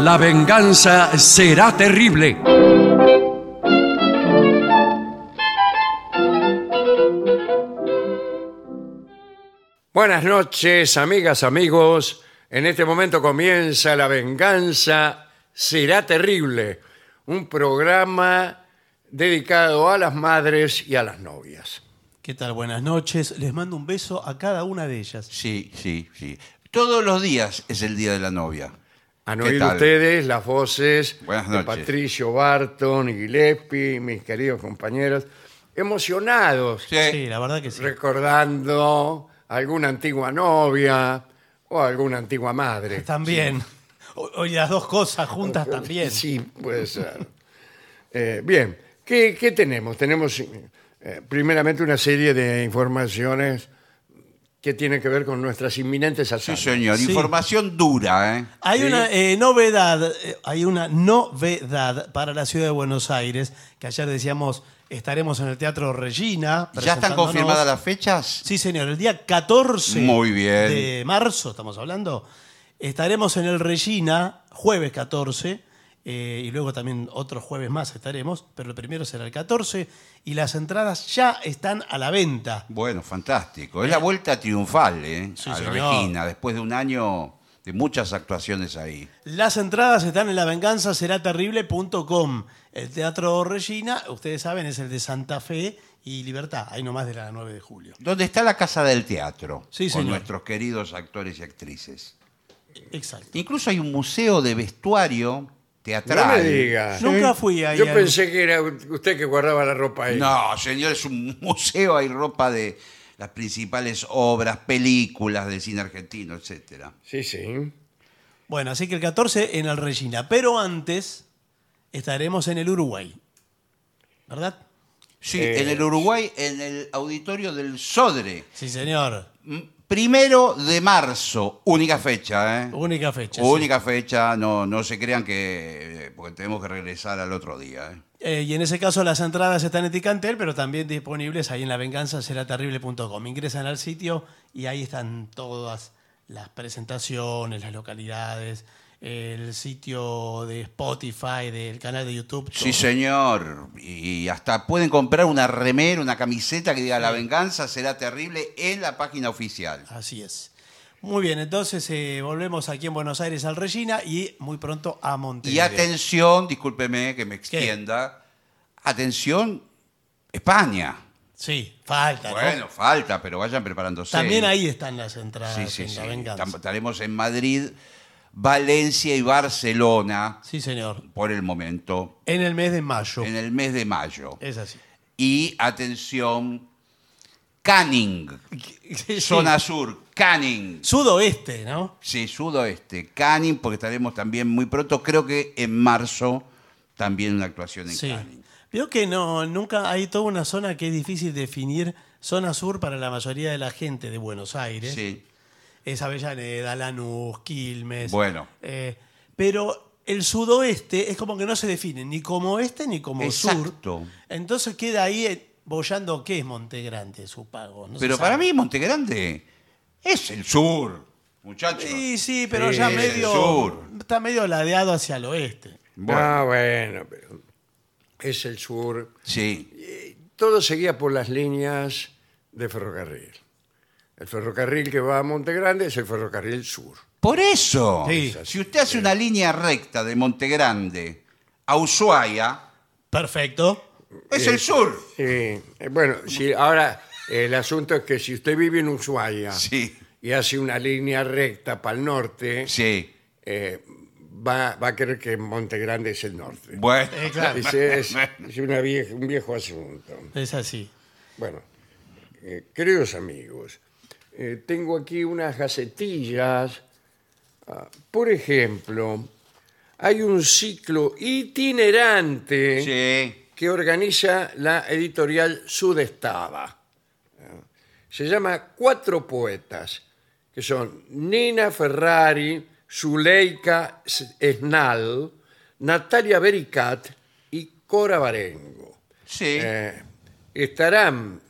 La venganza será terrible. Buenas noches, amigas, amigos. En este momento comienza La venganza será terrible, un programa dedicado a las madres y a las novias. ¿Qué tal? Buenas noches. Les mando un beso a cada una de ellas. Sí, sí, sí. Todos los días es el día de la novia. Han ¿Qué oído tal? ustedes las voces Buenas de noches. Patricio Barton y Gillespie, mis queridos compañeros, emocionados, Sí. Sí, la verdad que sí. recordando a alguna antigua novia o a alguna antigua madre. También. O- Oye, las dos cosas juntas también. Sí, puede ser. Eh, bien, ¿qué, qué tenemos? Tenemos eh, primeramente una serie de informaciones que tienen que ver con nuestras inminentes Sí, hazañas. señor. Sí. Información dura, ¿eh? Hay Sí. una eh, novedad, eh, hay una novedad para la ciudad de Buenos Aires, que ayer decíamos estaremos en el Teatro Regina. ¿Ya están presentándonos. confirmadas las fechas? Sí, señor, el día 14 Muy bien. de marzo, estamos hablando, estaremos en el Regina, jueves 14, eh, y luego también otros jueves más estaremos, pero el primero será el 14, y las entradas ya están a la venta. Bueno, fantástico. Es la vuelta triunfal, ¿eh? Eh. Sí, a señor. Regina, después de un año de muchas actuaciones ahí. Las entradas están en lavenganzaseraterrible.com. El Teatro Regina, ustedes saben, es el de Santa Fe y Libertad, ahí nomás de la 9 de julio. ¿Dónde está la Casa del Teatro? Sí, con señor. nuestros queridos actores y actrices. Exacto. Incluso hay un museo de vestuario No teatral. me diga. Nunca fui ahí. eh. Yo al- pensé que era usted que guardaba la ropa ahí. No, señor, es un museo, hay ropa de las principales obras, películas del cine argentino, etcétera. Sí, sí. Bueno, así que el 14 en el Regina, pero antes estaremos en el Uruguay. ¿Verdad? Sí, Eh, en el Uruguay, en el auditorio del Sodre. Sí, señor. Mm, Primero de marzo, única fecha, ¿eh? Única fecha. sí. Única fecha, no, no se crean que. eh, porque tenemos que regresar al otro día, ¿eh? Eh, y en ese caso las entradas están en Ticantel, pero también disponibles ahí en lavenganzaseraterrible.com. Ingresan al sitio y ahí están todas las presentaciones, las localidades, el sitio de Spotify, del canal de YouTube. Sí, todo. señor. Y hasta pueden comprar una remera, una camiseta que diga La venganza será terrible en la página oficial. Así es. Muy bien, entonces eh, volvemos aquí en Buenos Aires al Regina y muy pronto a Y Montevideo. atención, discúlpeme que me extienda. Atención, España. Sí, falta. ¿no? Bueno, falta, pero vayan preparándose. También ahí están las entradas Sí, sí, en sí. La Venganza. Tam- Estaremos en Madrid, Valencia y Barcelona Sí, señor. por el momento, En el mes de mayo. en el mes de mayo. Es así. Y atención, Canning, zona sur, Canning. Sudoeste, ¿no? Sí, sudoeste, Canning, porque estaremos también muy pronto, creo que en marzo, también una actuación en Sí. Canning. Veo que no, nunca hay toda una zona que es difícil definir zona sur para la mayoría de la gente de Buenos Aires. Sí. Es Avellaneda, Lanús, Quilmes. Bueno. Eh, pero el sudoeste es como que no se define ni como oeste ni como Exacto. sur. Entonces queda ahí eh, boyando qué es Montegrande, su pago. Pero para mí Monte Grande es el sur, muchachos. Sí, sí, pero Sí, ya es el medio. sur. Está medio ladeado hacia el oeste. Ah, bueno, pero es el sur. Sí, Todo seguía por las líneas de ferrocarril. El ferrocarril que va a Monte Grande es el ferrocarril sur. por eso. Sí. Si usted hace una línea recta de Monte Grande a Ushuaia, Perfecto. es el sur. Sí, eh, bueno, sí, ahora eh, el asunto es que si usted vive en Ushuaia Sí, y hace una línea recta para el norte, sí. eh, va, va a creer que Monte Grande es el norte. Bueno, Eh, claro. Ese es, es una vieja- un viejo asunto. Es así. Bueno, eh, queridos amigos, eh, tengo aquí unas gacetillas. Ah, por ejemplo, hay un ciclo itinerante sí. que organiza la editorial Sudestava. Eh, Se llama Cuatro Poetas, que son Nina Ferrari, Zuleika S- Esnal, Natalia Bericat y Cora Barengo. Sí. Eh, estarán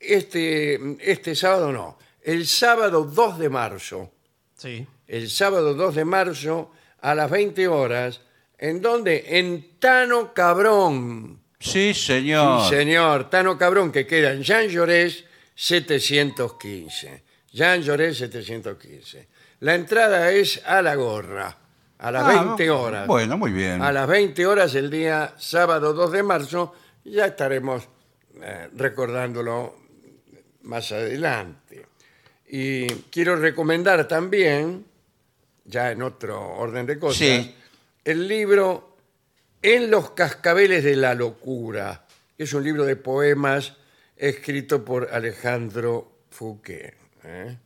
este, este sábado, no, el sábado 2 de marzo, Sí. el sábado 2 de marzo a las 20 horas. ¿En dónde? En Tano Cabrón. Sí, señor. Sí, señor. Tano Cabrón, que queda en Jean Llorés 715. Jean Llorés 715. La entrada es a la gorra, a las Ah, 20 horas. Bueno, muy bien. A las 20 horas el día sábado 2 de marzo, ya estaremos eh, recordándolo más adelante. Y quiero recomendar también, ya en otro orden de cosas, Sí. el libro En los cascabeles de la locura. que Es un libro de poemas escrito por Alejandro Fouquet, ¿eh?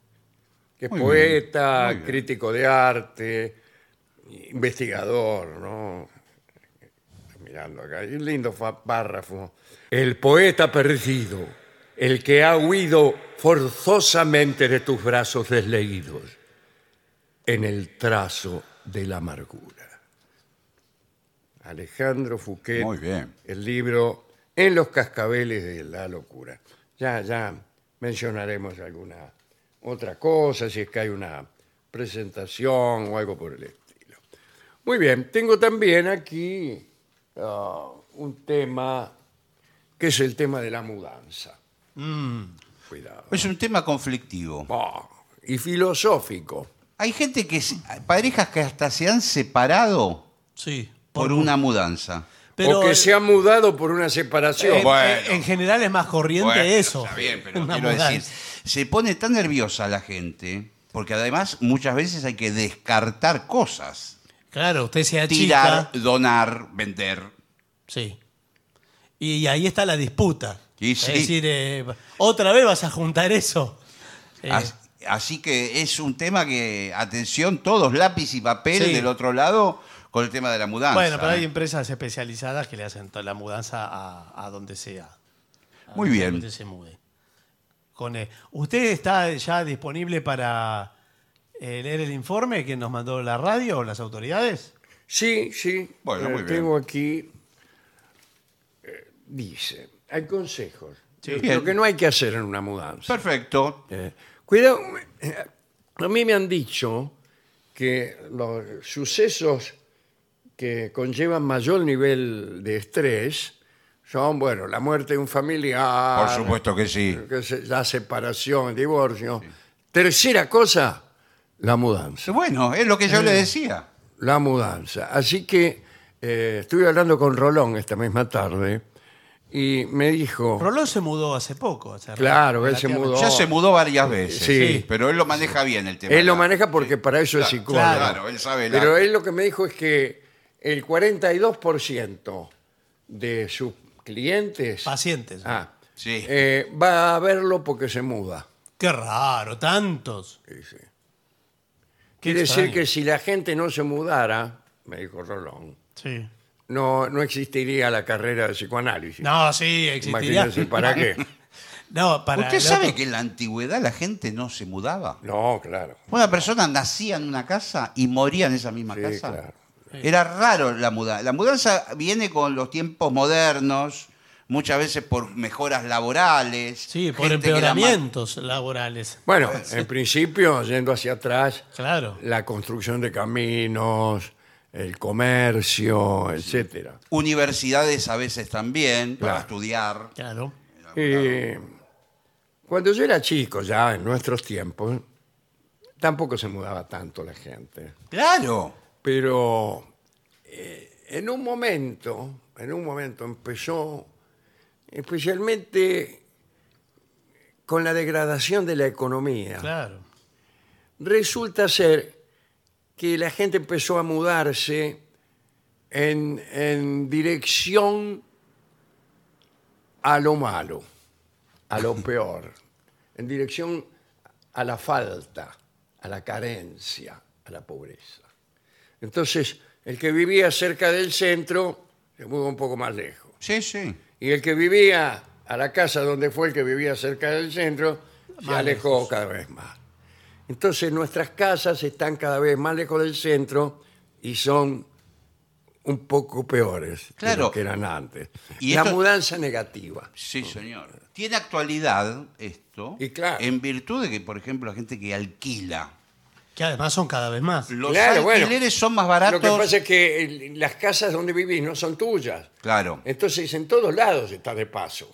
que es Muy bien, poeta, muy bien. crítico de arte, investigador, ¿no? mirando acá. Hay un lindo fa- párrafo. El poeta perdido, el que ha huido forzosamente de tus brazos desleídos, en el trazo de la amargura. Alejandro Fouquet. Muy bien. El libro En los cascabeles de la locura. Ya, ya mencionaremos alguna otra cosa, si es que hay una presentación o algo por el estilo. Muy bien, tengo también aquí ah, un tema que es el tema de la mudanza. Cuidado. Es un tema conflictivo. Ah, y filosófico. Hay gente que, se- parejas que hasta se han separado Sí. por una mudanza. o que eh, se ha mudado por una en, separación. en- Bueno. en general es más corriente Bueno, eso. Está bien, pero Una quiero mudanza. decir, se pone tan nerviosa la gente, porque además muchas veces hay que descartar cosas. Claro, usted se achica. Tirar, donar, vender. Sí. Y, ahí está la disputa. Y es sí. decir, eh, otra vez vas a juntar eso. Eh, As- Así que es un tema que, atención, todos lápiz y papel Sí. del otro lado con el tema de la mudanza. bueno, pero hay ¿eh? empresas especializadas que le hacen toda la mudanza a, a donde sea. A Muy bien. Donde se mude. Con, eh, ¿Usted está ya disponible para eh, leer el informe que nos mandó la radio o las autoridades? Sí, sí. Bueno, Eh, muy bien. Tengo aquí, eh, dice, hay consejos. Lo- Bien. Lo que no hay que hacer en una mudanza. Perfecto. Eh, cuidado, eh, a mí me han dicho que los sucesos que conllevan mayor nivel de estrés son, bueno, la muerte de un familiar. Por supuesto que sí. que se- La separación, el divorcio. Tercera cosa, la mudanza. Bueno, es lo que Eh. yo le decía. la mudanza. Así que eh, estuve hablando con Rolón esta misma tarde y me dijo, Rolón se mudó hace poco. hace Claro, él relativamente- se mudó. Ya se mudó varias veces. Sí. Pero él lo maneja bien el tema. él lo Ya. maneja porque para eso es Claro, psicólogo. claro, él sabe la- Pero él lo que me dijo es que el 42% de sus clientes Pacientes. ah, Sí. eh, va a verlo porque se muda. Qué raro, tantos. Qué Quiere decir extraño. que si la gente no se mudara, me dijo Rolón, Sí. no, no existiría la carrera de psicoanálisis. No, sí, existiría. Imagínense, ¿para qué? No, para ¿Usted el sabe otro- que en la antigüedad la gente no se mudaba? No, claro. Una persona nacía en una casa y moría en esa misma Sí, casa. claro. Era raro la mudanza. La mudanza viene con los tiempos modernos, muchas veces por mejoras laborales. Sí, por gente que era más- empeoramientos laborales. Bueno, en principio, yendo hacia atrás, Claro. la construcción de caminos, el comercio, etcétera. Universidades a veces también, para Claro. estudiar. Claro. Eh, cuando yo era chico, ya en nuestros tiempos, tampoco se mudaba tanto la gente. Claro. Pero eh, en un momento, en un momento empezó, especialmente con la degradación de la economía. Claro. resulta ser que la gente empezó a mudarse en, en dirección a lo malo, a lo peor, en dirección a la falta, a la carencia, a la pobreza. Entonces, el que vivía cerca del centro se mudó un poco más lejos. Sí, sí. Y el que vivía a la casa donde fue el que vivía cerca del centro, se Más alejó lejos. cada vez más. Entonces nuestras casas están cada vez más lejos del centro y son un poco peores de Claro. lo que eran antes. Y la esto- mudanza negativa. Sí, señor. Tiene actualidad esto. Oh. Y claro. En virtud de que, por ejemplo, la gente que alquila Que además son cada vez más. Los Claro, bueno. alquileres son más Lo baratos. que pasa es que eh, las casas donde vivís no son tuyas. Claro, Entonces, en todos lados está de paso.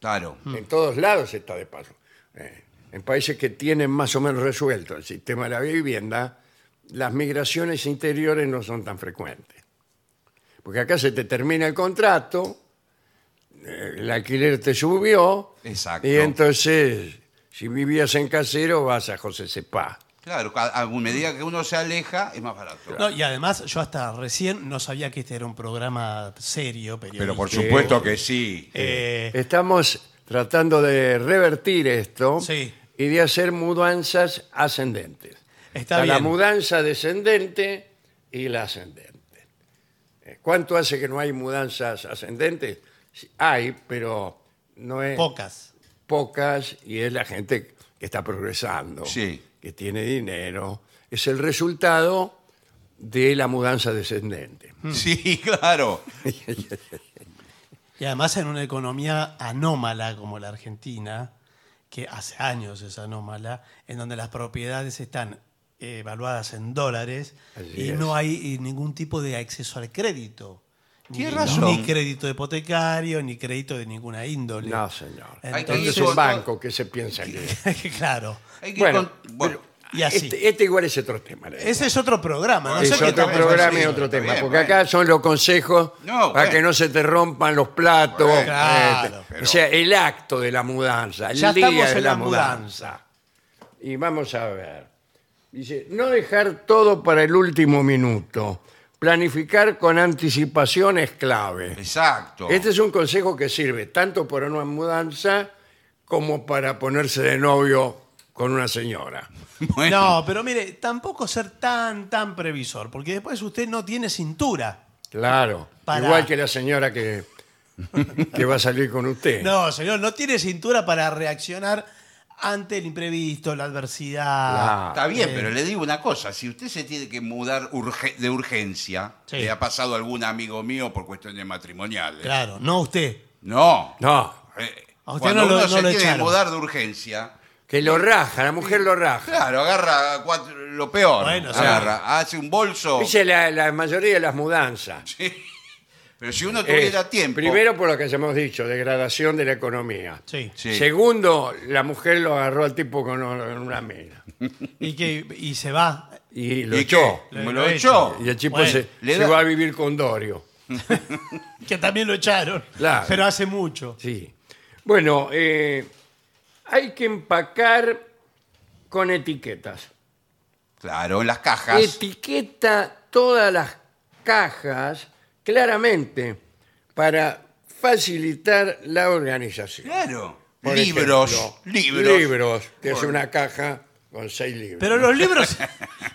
claro. Mm. En todos lados está de paso. Eh, en países que tienen más o menos resuelto el sistema de la vivienda, las migraciones interiores no son tan frecuentes. Porque acá se te termina el contrato, eh, el alquiler te subió, Exacto. y entonces, si vivías en casero, vas a José Cepá. Claro, a, a medida que uno se aleja, es más barato. No, y además, yo hasta recién no sabía que este era un programa serio, periodístico. Pero por supuesto que sí. este, Eh, Estamos tratando de revertir esto Sí. y de hacer mudanzas ascendentes. Está la bien. mudanza descendente y la ascendente. Eh, ¿Cuánto hace que no hay mudanzas ascendentes? Sí, Hay, pero no es pocas. pocas y es la gente que está progresando, Sí. que tiene dinero. Es el resultado de la mudanza descendente. mm. Sí, claro. Y además en una economía anómala como la Argentina, que hace años es anómala, en donde las propiedades están eh, evaluadas en dólares Así y es. no hay eh, ningún tipo de acceso al crédito. Tiene ni, razón. ni crédito hipotecario, ni crédito de ninguna índole. No, señor. Hay que Entonces ir un con- banco que se piensa que... claro. Hay que ir Bueno, con- bueno, Y así. Este, este igual es otro tema. la Ese es otro programa. No Es sé qué otro tal- programa y sí, otro está tema. bien, porque bueno. acá son los consejos No, para que bueno. no se te rompan los platos. Bueno, claro, este, pero- O sea, el acto de la mudanza, el Ya día estamos de en la, la mudanza. Y vamos a ver. Dice, no dejar todo para el último minuto. Planificar con anticipación es clave. Exacto. Este es un consejo que sirve tanto para una mudanza como para ponerse de novio con una señora. Bueno, No, pero mire, tampoco ser tan, tan previsor, porque después usted no tiene cintura. Claro. Para- Igual que la señora que, que va a salir con usted. No, señor, no tiene cintura para reaccionar ante el imprevisto, la adversidad. Claro. Está bien, pero le digo una cosa, si usted se tiene que mudar urge- de urgencia, Sí. le ha pasado a algún amigo mío por cuestiones matrimoniales. Claro, no usted. No. No, Eh, A usted Cuando no lo- uno no se lo tiene que echaron. mudar de urgencia, que lo raja, la mujer lo raja. claro, agarra cuatro- lo peor. Bueno, sí. agarra, hace un bolso. Dice la, la mayoría de las mudanzas. Pero si uno Es, tuviera tiempo. Primero, por lo que ya hemos dicho, degradación de la economía. Sí. Sí. Segundo, la mujer lo agarró al tipo con o- en una mesa Y, que, y se va. y lo ¿Y echó. qué? Lo- Me lo lo echó. Y el tipo Bueno, se, le se da- va a vivir con Dorio. Que también lo echaron. Claro. Pero hace mucho. Sí. Bueno, eh, hay que empacar con etiquetas. Claro, en las cajas. etiqueta todas las cajas claramente para facilitar la organización. Claro. Por libros, ejemplo, libros. Libros. Te hace Por- una caja con seis libros. Pero los libros.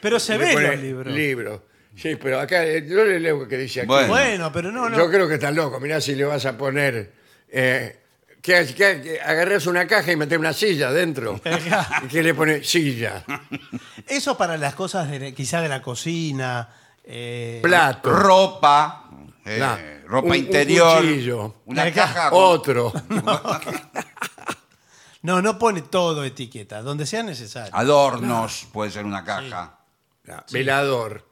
Pero se Y le ven pone los libros. Libros. Sí, pero acá eh, yo le leo lo que dice aquí. Bueno. Bueno, pero no, no. Yo creo que estás loco. Mirá si le vas a poner... eh, que, que- que agarras una caja y metes una silla dentro. y que le pone silla, Eso para las cosas de, quizá de la cocina. eh, plato. Ropa. eh, Nah, ropa un- un interior. cuchillo. una Acá, caja. con- Otro. No, no pone todo etiqueta, donde sea necesario. Adornos, puede ser una caja. Ah, Velador.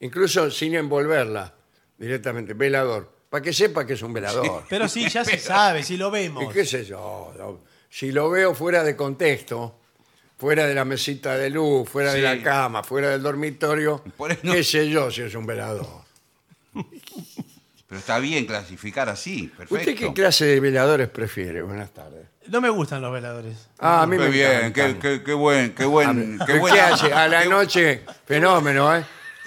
Incluso sin envolverla directamente, velador. Para que sepa que es un velador. Pero sí, ya se sabe, si lo vemos. Y qué sé yo. no, Si lo veo fuera de contexto, fuera de la mesita de luz, fuera de Sí. la cama, fuera del dormitorio, Por ahí no- qué sé yo si es un velador. Pero está bien clasificar así, perfecto. ¿Usted qué clase de veladores prefiere? Buenas tardes. No me gustan los veladores. Ah, a mí Qué me bien, encantan. qué, qué- qué buen, qué buen, qué ¿Qué buen- hace? A la noche, fenómeno, ¿eh?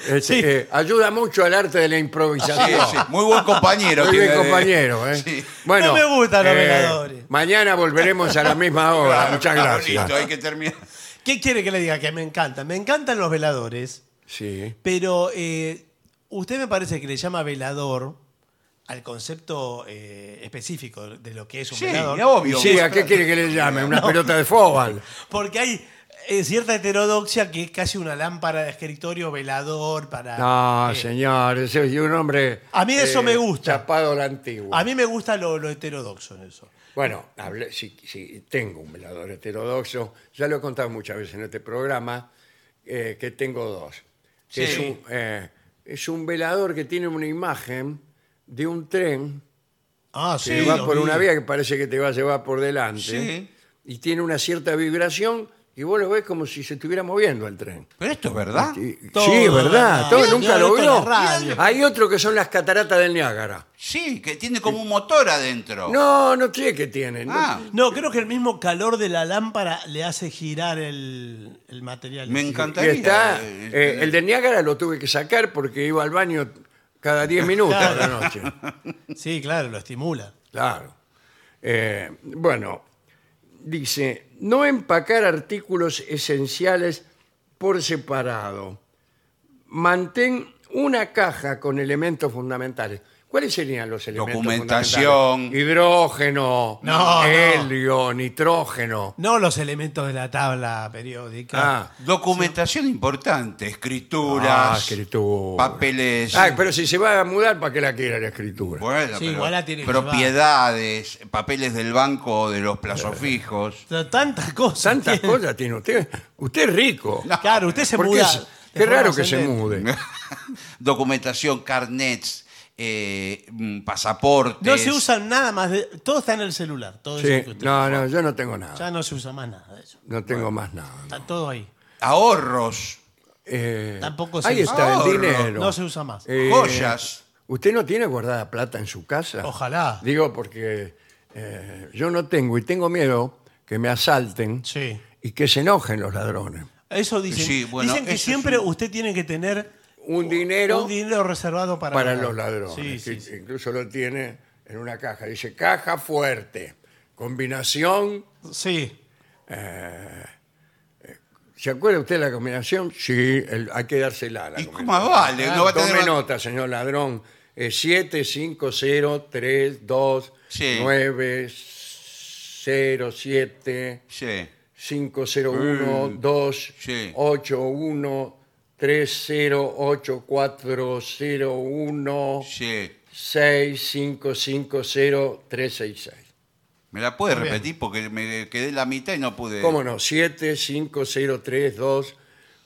Este, Sí. eh, ayuda mucho al arte de la Sí, improvisación. sí, muy buen compañero. Muy tiene bien, de- compañero. ¿eh? Sí. Bueno, eh, No me gustan los veladores. Mañana volveremos a la misma hora. Claro, Muchas claro, gracias. listo, hay que terminar. ¿Qué quiere que le diga? Que me encantan. Me encantan los veladores, Sí. pero eh, usted me parece que le llama velador al concepto eh, específico de lo que es un Sí, velador. es obvio. Sí, ¿a qué quiere que le llame? ¿Una pelota de fóbal? Porque hay eh, cierta heterodoxia que es casi una lámpara de escritorio velador para... No, eh, señor. ese es un hombre. eh, A mí eso me gusta. Chapado a la antigua. A mí me gusta lo, lo heterodoxo en eso. Bueno, hablé- sí, sí, tengo un velador heterodoxo. Ya lo he contado muchas veces en este programa. eh, que tengo dos. que Sí. es, un, eh, es un velador que tiene una imagen de un tren Ah, sí. que va lo por vi. una vía que parece que te va a llevar por delante Sí. y tiene una cierta vibración y vos lo ves como si se estuviera moviendo el tren. Pero esto es verdad. Y- Todo, sí, es ¿verdad? verdad. Todo, Mirá, nunca mirá, lo esto es la vio. radio. Hay otro que son las cataratas del Niágara. Sí, que tiene como un motor adentro. No, no sé qué tienen. Ah, No, creo que el mismo calor de la lámpara le hace girar el, el material. me Y encantaría. está, eh, eh, el de Niágara lo tuve que sacar porque iba al baño cada 10 minutos a la Claro. noche. Sí, claro, lo estimula. Claro. Eh, bueno, dice, no empacar artículos esenciales por separado. Mantén una caja con elementos fundamentales. ¿Cuáles serían los elementos Documentación. fundamentales? Hidrógeno, No, helio, nitrógeno. No los elementos de la tabla periódica. Ah, Documentación importante, escrituras, ah, escritura. papeles, Ah, pero si se va a mudar, ¿para qué la quiere la escritura? bueno, Sí, pero igual la tiene que propiedades, papeles del banco o de los plazos fijos. T- Tantas cosas. Tantas tiene. cosas tiene usted. Usted es rico. Claro, usted se ¿Por qué muda. se- de Qué forma raro que se ascendente. mude. Documentación, carnets, eh, mm, pasaportes. No se usan nada más. De, todo está en el celular. Todo Sí, eso que usted- no, no, yo no tengo nada. Ya no se usa más nada de eso. No tengo más nada. Está todo ahí. Ahorros, Eh, Tampoco se ahí usa. está Ahorro. el dinero. No se usa más. Eh, joyas. ¿Usted no tiene guardada plata en su casa? Ojalá. Digo, porque eh, yo no tengo y tengo miedo que me asalten Sí. y que se enojen los ladrones. Eso dicen. Sí, bueno, dicen que eso es siempre un- usted tiene que tener Un dinero un dinero reservado para, para ganar. los ladrones. Sí, que sí, sí. Incluso lo tiene en una caja. Dice caja fuerte, combinación. Sí. ¿Se acuerda usted de la combinación? Sí, el- hay que dársela. a La ¿Y cómo combinación. vale? Claro, no va a tener Tome ba- nota, señor ladrón. 7, 5, 0, 3, 2, Sí. 9, 0, 7, Sí. 5, 0, 1, 2, sí. 8, 1, 3, 0, 8, 4, 0, 1, Sí. 6, 5, 5, 0, 3, 6, 6. ¿Me la puede Muy bien. repetir? Porque me quedé la mitad y no pude. ¿Cómo no? 7, 5, 0, 3, 2,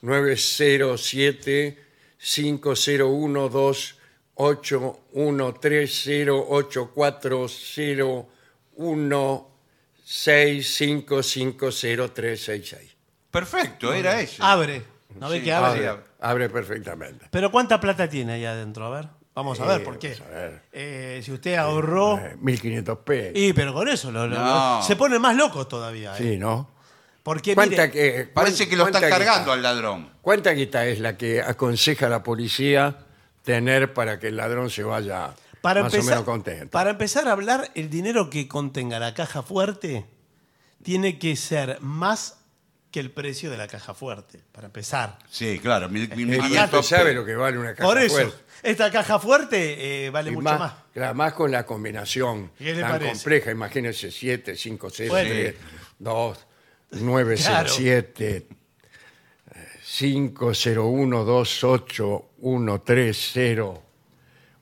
9, 0, 7, 5, 0, 1, 2, 8, 1, 3, 0, 8, 4, 0, 1, 6, 5, 5, 0, 3, 6, 6. Perfecto, era eso. Abre. ¿No ve Sí, que abre? abre. Abre, abre perfectamente. Pero ¿cuánta plata tiene ahí adentro? A ver. Vamos a ver, Eh, ¿por qué? vamos a ver. Eh, si usted Oh. ahorró. Eh, 1.500 pesos. Y pero con eso lo, lo- No. se ponen más locos todavía. ¿eh? Sí, ¿no? Porque ¿Cuánta, mire, que- cuán- Parece que lo están cuánta cargando guita- al ladrón. ¿Cuánta guita es la que aconseja la policía tener para que el ladrón se vaya para, más o empezar, menos contento? para empezar a hablar, el dinero que contenga la caja fuerte tiene que ser más que el precio de la caja fuerte, para empezar. Sí, claro. mil- mil- El mil- gato mil- sabe lo que vale una caja Ah, Por eso, fuerte. esta caja fuerte eh, vale Y mucho más, más. claro, más con la combinación ¿Qué le tan parece? compleja. Imagínense 7, 5, 0, Bueno. 3, 2, 9, Claro. 6, 7, 5, 0, 1, 2, 8, 1, 3, 0,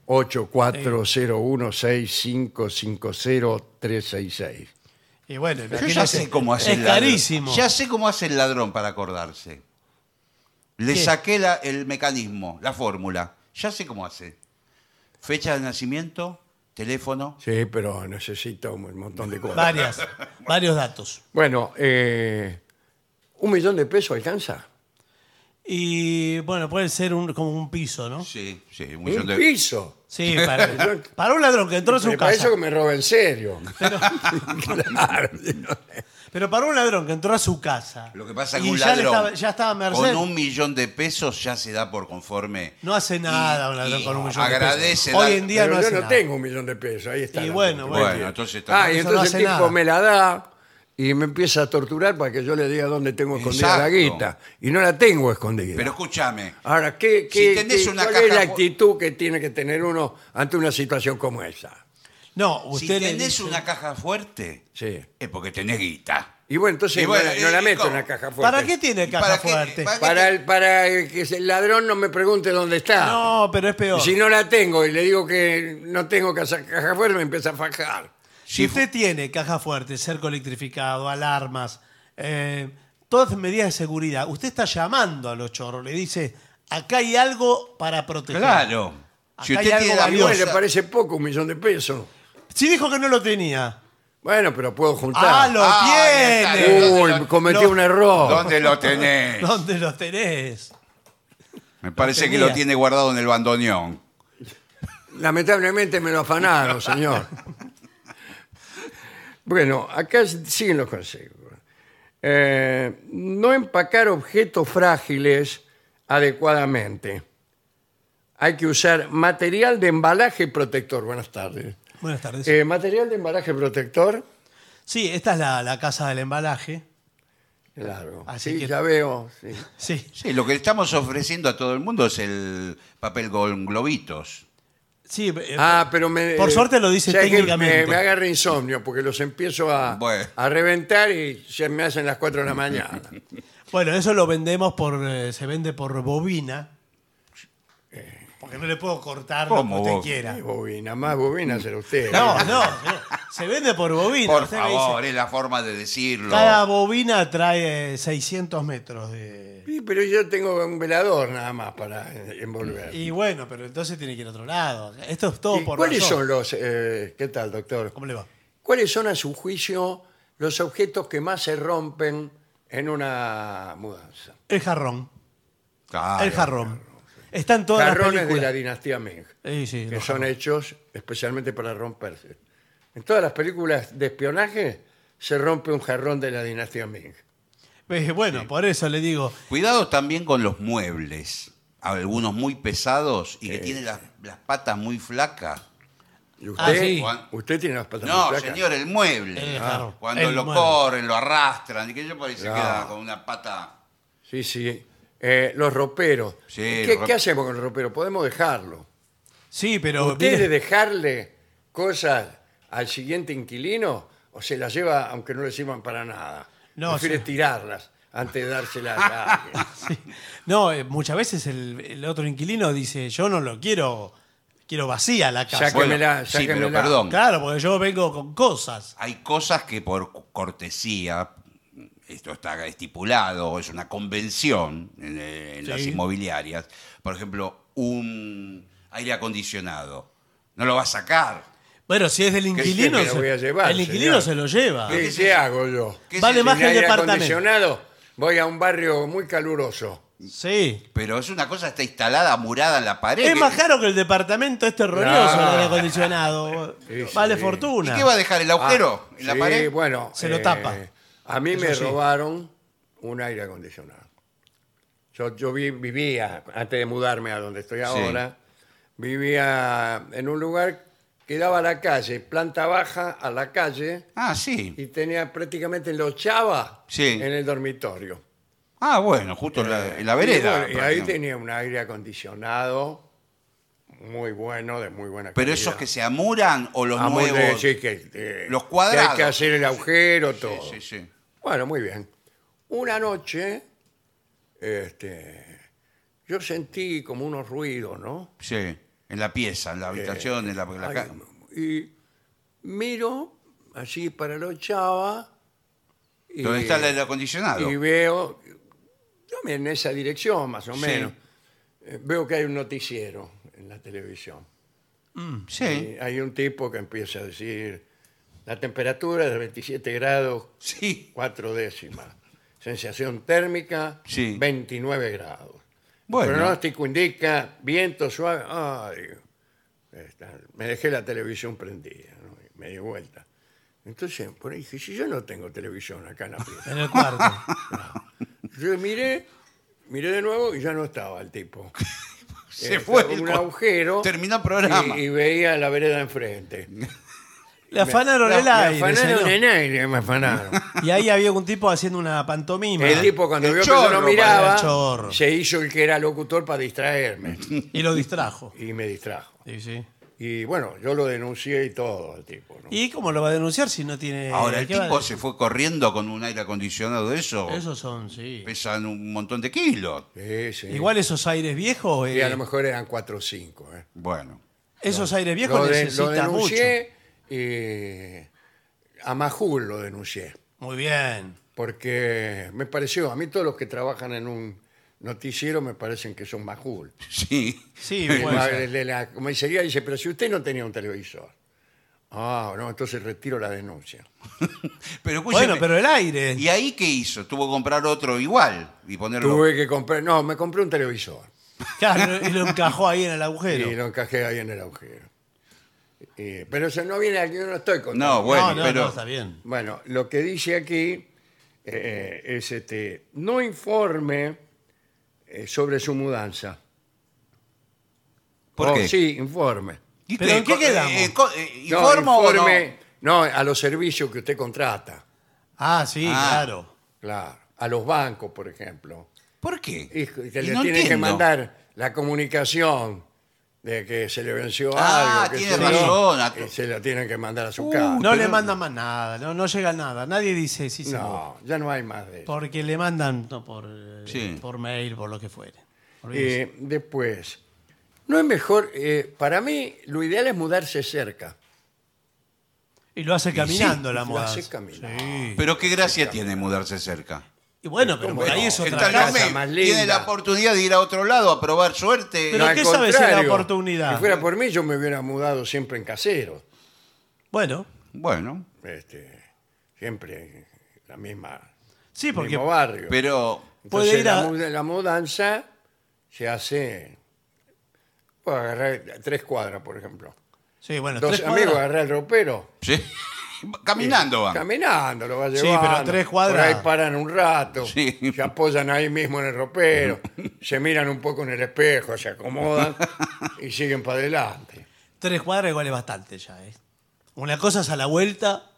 8, 4, 0, 1, 6, 5, 5, 0, 3, 6, 6. Y bueno, Yo ya imagínese, sé cómo hace es el ladrón. carísimo. Ya sé cómo hace el ladrón para acordarse. Le ¿Qué? saqué la- el mecanismo, la fórmula. Ya sé cómo hace. Fecha de nacimiento, teléfono. Sí, pero necesito un montón de cosas. Varias, varios datos. Bueno, eh, ¿un millón de pesos alcanza? Y bueno, puede ser un- como un piso, ¿no? Sí, sí, un ¿Un millón de- piso? Sí, para, para un ladrón que entró a su Me casa. parece que me roba en serio. Claro. Pero para un ladrón que entró a su casa. Lo que pasa es y que un ya le ladrón estaba- ya estaba a merced. con un millón de pesos ya se da por conforme. No hace nada un ladrón y con un millón de agradece pesos. la- Hoy en día Pero no yo hace no nada. tengo un millón de pesos, ahí está. Y la bueno, multa. bueno. Bueno, entonces está- Ah, y Eso no entonces hace el tipo nada. me la da y me empieza a torturar para que yo le diga dónde tengo escondida la Exacto. guita. Y no la tengo escondida. Pero escúchame, Ah, Ahora, ¿qué, Si qué- tenés qué- una ¿cuál caja es la fu- actitud que tiene que tener uno ante una situación como esa? No, si usted le tenés dice- una caja fuerte, Sí. es porque tenés guita. Y bueno, entonces Y bueno, no, la- no ¿y la meto cómo? en la caja fuerte. ¿Para qué tiene ¿Y caja para qué- fuerte? para- Para, el, para que el ladrón no me pregunte dónde está. No, pero es peor. Y si no la tengo y le digo que no tengo caja, caja fuerte, me empieza a fajar. Si usted tiene caja fuerte, cerco electrificado, alarmas, eh, todas medidas de seguridad. Usted está llamando a los chorros, le dice, acá hay algo para proteger. Claro. Acá Si hay usted algo tiene la A mí me valioso. muela le parece poco un millón de pesos. Si dijo que no lo tenía. Bueno, pero puedo Ah, juntar. lo Ah, ya tiene. está. Uy, ¿Dónde lo- cometí lo- un error. ¿Dónde lo tenés? ¿Dónde lo tenés? Me parece que tenía. lo tiene guardado en el bandoneón. Lamentablemente me lo afanaron, señor. Bueno, acá siguen los consejos. Eh, no empacar objetos frágiles adecuadamente. Hay que usar material de embalaje protector. Buenas tardes. Buenas tardes. Eh, material de embalaje protector, sí, esta es la, la casa del embalaje. claro. Así sí, que- ya veo. sí. Sí. Sí, lo que estamos ofreciendo a todo el mundo es el papel con globitos. Sí, eh, Ah, pero me- Por suerte lo dice o sea, que técnicamente. Me, me agarra insomnio porque los empiezo a, Bueno. a reventar y se me hacen las 4 de la mañana. Bueno, eso lo vendemos por. eh, se vende por bobina. Eh, Porque no le puedo cortar ¿Cómo lo que bo- usted quiera. Ay, bobina, más bobina será usted. No, no, no, se vende por bobina. Por Usted me favor, dice, es la forma de decirlo. cada bobina trae 600 metros de. Sí, pero yo tengo un velador nada más para eh, envolver. Y bueno, pero entonces tiene que ir a otro lado. Esto es todo ¿Y por ¿Cuáles razón. son los... eh, ¿Qué tal, doctor? ¿Cómo le va? ¿Cuáles son, a su juicio, los objetos que más se rompen en una mudanza? El jarrón. Ah, Claro. el jarrón. Está en todas las Jarrones de la películas. dinastía Ming, Sí, sí, que los son hechos especialmente para romperse. En todas las películas de espionaje se rompe un jarrón de la dinastía Ming. Eh, Bueno, por eso le digo. Cuidado también con los muebles. Algunos muy pesados y que tienen las, las patas muy flacas. ¿Y usted? Ah, sí. ¿Usted tiene las patas muy No, flacas? señor, el mueble. El jarrón. Cuando El lo mueble. corren, lo arrastran, y que yo por ahí se No. queda con una pata. Sí, sí. Eh, los roperos. Sí, ¿Qué, los rop- Oh, qué hacemos con el ropero? Podemos dejarlo. Sí, pero. ¿Usted mire- de dejarle cosas al siguiente inquilino o se las lleva aunque no le sirvan para nada? No, Prefiere sí. tirarlas antes de dárselas a alguien. No, eh, muchas veces el, el otro inquilino dice, yo no lo quiero, quiero vacía la casa. Sáquemela, sí, pero sáquemela. perdón. Claro, porque yo vengo con cosas. Hay cosas que por cu- cortesía, esto está estipulado, es una convención en, eh, en las Sí. inmobiliarias. Por ejemplo, un aire acondicionado. No lo va a sacar. Bueno, si es del inquilino, me lo voy a llevar, el señor? inquilino se lo lleva. ¿Qué, ¿Qué qué hago yo? ¿Qué Vale sé yo? más Sin que el aire departamento. acondicionado voy a un barrio muy caluroso. Sí. Pero es una cosa que está instalada, murada en la pared. Es que- más caro que el departamento este horroroso, Claro. el aire acondicionado. Sí, vale sí. fortuna. ¿Y qué va a dejar? ¿El agujero Ah, en la sí, pared? bueno. eh, Se lo tapa. A mí Eso me sí. robaron un aire acondicionado. Yo, yo vi- vivía, antes de mudarme a donde estoy ahora, vivía en un lugar que daba a la calle, planta baja a la calle, Ah, sí. y tenía prácticamente lo chava Sí. en el dormitorio. Ah, bueno, justo en la, en la eh, Y, vereda. bueno, y ahí prácticamente. tenía un aire acondicionado muy bueno, de muy buena Pero calidad. esos que se amuran o los Ah, muy bien, nuevos. sí, que, eh, Los que cuadrados. hay que hacer el agujero, todo. Sí, sí. Bueno, muy bien. Una noche, este, yo sentí como unos ruidos, ¿no? Sí, en la pieza, Eh, en la habitación, en la, la Ay, ca- y miro así para los chava. y- donde está el aire acondicionado. Y veo, yo en esa dirección más o Sí. menos, eh, veo que hay un noticiero en la televisión. Sí, Y hay un tipo que empieza a decir, la temperatura es de 27 grados, sí. cuatro décimas. Sensación térmica, Sí. 29 grados. Bueno. Pronóstico indica viento suave. Ay, está. me dejé la televisión prendida, ¿no? Y me di vuelta. Entonces, por ahí dije, si yo no tengo televisión acá en la pieza. En el cuarto. Yo miré, miré de nuevo y ya no estaba el tipo. Se Eh, fue estaba el un co- agujero. terminó el programa. Eh, Y, y veía la vereda enfrente. Le afanaron el Me aire. afanaron señor. en aire, me afanaron. Y ahí había un tipo haciendo una pantomima. El tipo cuando el vio que yo chorro, no para el miraba, chorro. se hizo el que era locutor para distraerme. Y lo distrajo. Y me distrajo. Sí, sí. Y bueno, yo lo denuncié y todo al tipo. ¿no? ¿Y cómo lo va a denunciar si no tiene. Ahora, el ¿qué va a tipo denunciar? se fue corriendo con un aire acondicionado de eso. Esos son, sí. Pesan un montón de kilos. Sí, sí. Igual esos aires viejos, eh, Y a lo mejor eran cuatro o cinco. ¿eh? Bueno, esos aires viejos Lo, de- lo necesitan mucho. denuncié y a Majul lo denuncié. Muy bien. porque me pareció, a mí todos los que trabajan en un noticiero me parecen que son majul. Sí. Sí, El puede ma- ser. el de la comisaría dice, pero si usted no tenía un televisor. Ah, no, entonces retiro la denuncia. Pero escúcheme, Bueno, pero el aire. ¿y ahí qué hizo? Tuvo que comprar otro igual y ponerlo. Tuve que comprar, no, me compré un televisor. Claro, y lo encajó ahí en el Y agujero. lo encajé ahí en el agujero. Y- pero eso no viene aquí, yo no estoy con No, bueno, no, no, pero. no, está bien. Bueno, lo que dice aquí eh, es este, no informe eh, sobre su mudanza. ¿Por Oh, qué? Sí, informe. ¿Y ¿Pero en qué co- quedamos? eh, co- eh, No, ¿Informo o no? informe- no? a los servicios que usted contrata, Ah, sí, Ah. claro. claro, a los bancos, por ejemplo. ¿Por qué? Y que le Y no tienen que entiendo. mandar la comunicación de que se le venció Ah, algo. que tiene se le- razón, a- y se la tienen que mandar a su Uh, casa. no le Pero- mandan más nada, no, no llega nada. Nadie dice sí, señor. No, ya no hay más de eso. Porque le mandan no, por, eh, Sí. por mail, por lo que fuere. Olvídese. Eh, después, no es mejor, eh, para mí lo ideal es mudarse cerca. y lo hace caminando la lo moda. hace caminando. Sí. Pero qué gracia tiene mudarse cerca. Y bueno, pero por ¿Cómo ahí no? es otra Está casa. bien. más linda. Tiene la oportunidad de ir a otro lado a probar suerte. Pero No, al ¿qué sabe si la contrario. oportunidad? Si fuera por mí, yo me hubiera mudado siempre en casero. Bueno, Bueno, Este, siempre en la misma, sí, porque mismo barrio. pero Entonces, puede ir la a- muda- la mudanza se hace. Puedo agarrar tres cuadras, por ejemplo. sí, bueno, Dos tres amigos, cuadras. agarrar el ropero. sí, caminando van. Caminando lo va Sí, llevando. pero tres cuadras- Por ahí paran un rato, Sí. se apoyan ahí mismo en el ropero, se miran un poco en el espejo, se acomodan y siguen para adelante. Tres cuadras igual es bastante ya, ¿eh? Una cosa es a la vuelta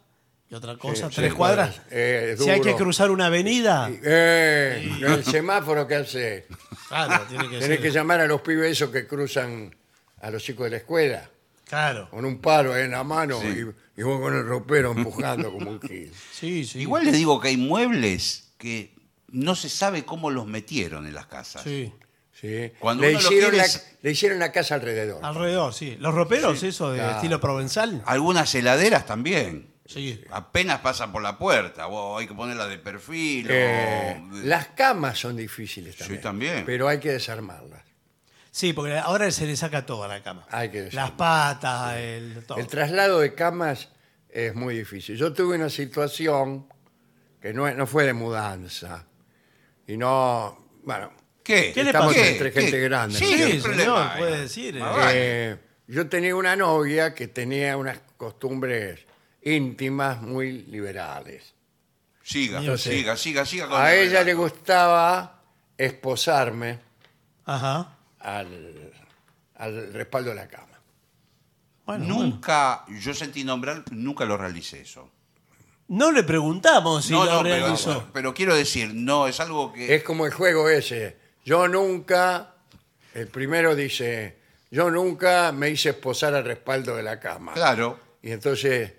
y otra cosa, sí, tres sí, cuadras. cuadras. Eh, es si hay duro. que cruzar una avenida, Y, eh, el semáforo que hace, claro, tiene que tenés ser. que llamar a los pibes esos que cruzan a los chicos de la escuela Claro. con un palo ahí en la mano Sí. y, y vos con el ropero empujando como un kid. Sí, sí. Igual les digo que hay muebles que no se sabe cómo los metieron en las casas. Sí. ¿sí? Cuando Le, uno lo hicieron quiere la, es- Ah, le hicieron la casa alrededor. Alrededor, sí. Los roperos, eso de claro. Ah, estilo provenzal. Algunas heladeras también. Sí. Apenas pasan por la puerta. o hay que ponerla de perfil. o- Eh, las camas son difíciles también. también. Pero hay que desarmarlas. Sí, porque ahora se le saca todo a la cama. Hay que decirlo. Las patas, el todo. El traslado de camas es muy difícil. Yo tuve una situación que no, no fue de mudanza. Y no. Bueno, ¿Qué? ¿Qué le estamos pasó? entre gente grande. Sí, ¿no? Sí, ¿qué señor, problema hay? puede decir, Más eh. vale. Eh, yo tenía una novia que tenía unas costumbres íntimas muy liberales. Siga, Mío, sí. siga, siga, siga. con A el ella le relato. gustaba esposarme Ajá. al, al respaldo de la cama. Bueno, bueno. Nunca, yo sentí nombrar, nunca lo realicé eso. No le preguntamos si no, lo no, pero, realizó. pero quiero decir, no, es algo que... Es como el juego ese. Yo nunca, el primero dice, yo nunca me hice esposar al respaldo de la cama. Claro, Y entonces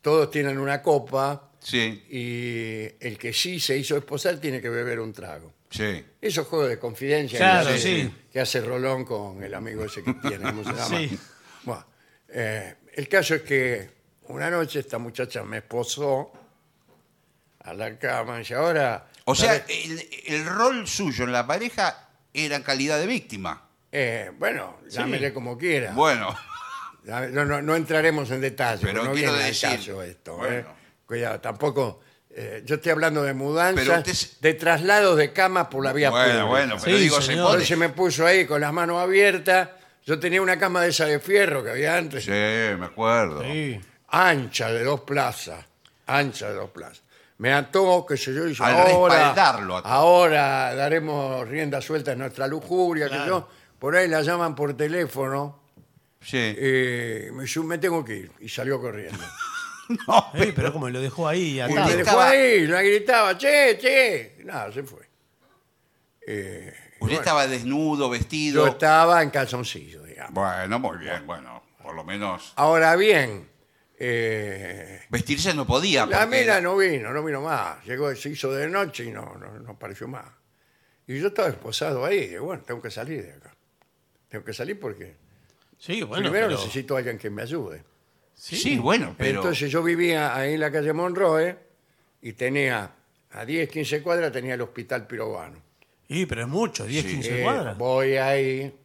todos tienen una copa sí, y el que sí se hizo esposar tiene que beber un trago. sí. Esos juegos de confidencia Claro, que, hace, sí. que hace Rolón con el amigo ese que tiene. ¿cómo se llama? Sí. Bueno, eh, el caso es que una noche esta muchacha me esposó a la cama y ahora... eh, O sea, el, el rol suyo en la pareja era en calidad de víctima. Eh, bueno, llámele como quiera. Bueno, Ya- No, no- no entraremos en detalle, Pero pero no quiero viene al decir- caso esto. ¿eh? bueno. Cuidado, tampoco. eh, yo estoy hablando de Pero mudanzas, usted se- de traslados de camas por la vía pública. bueno, bueno, pero Sí, digo, se señor. pone... Entonces me puso ahí con las manos abiertas. Yo tenía una cama de esa de fierro que había antes, Sí, me acuerdo. Sí. ancha de dos plazas. Ancha de dos plazas. Me ató, qué sé yo, y dice, Al ahora, respaldarlo ató". ahora daremos rienda suelta a nuestra lujuria, que Claro. yo. Por ahí la llaman por teléfono. Sí. Eh, me, yo me tengo que ir. Y salió corriendo. No, Eh, pero como lo dejó ahí Y atado. me dejó estaba- ahí, la gritaba, che, che. Nada, se fue. Eh, usted estaba desnudo, vestido. yo estaba en calzoncillo, digamos. Bueno, muy bien, bueno, por lo menos... Ahora bien, eh, Vestirse no podía. la porque- mina no vino, no vino más. Llegó, se hizo de noche y no, no, no apareció más. Y yo estaba esposado ahí. Digo, bueno, tengo que salir de acá. Tengo que salir porque Sí, bueno. primero pero- necesito a alguien que me ayude. Sí, bueno, pero... Entonces yo vivía ahí en la calle Monroe y tenía a 10, 15 cuadras tenía el hospital pirobano. Y, pero es mucho, 10, Sí. 15 Eh, cuadras. voy ahí,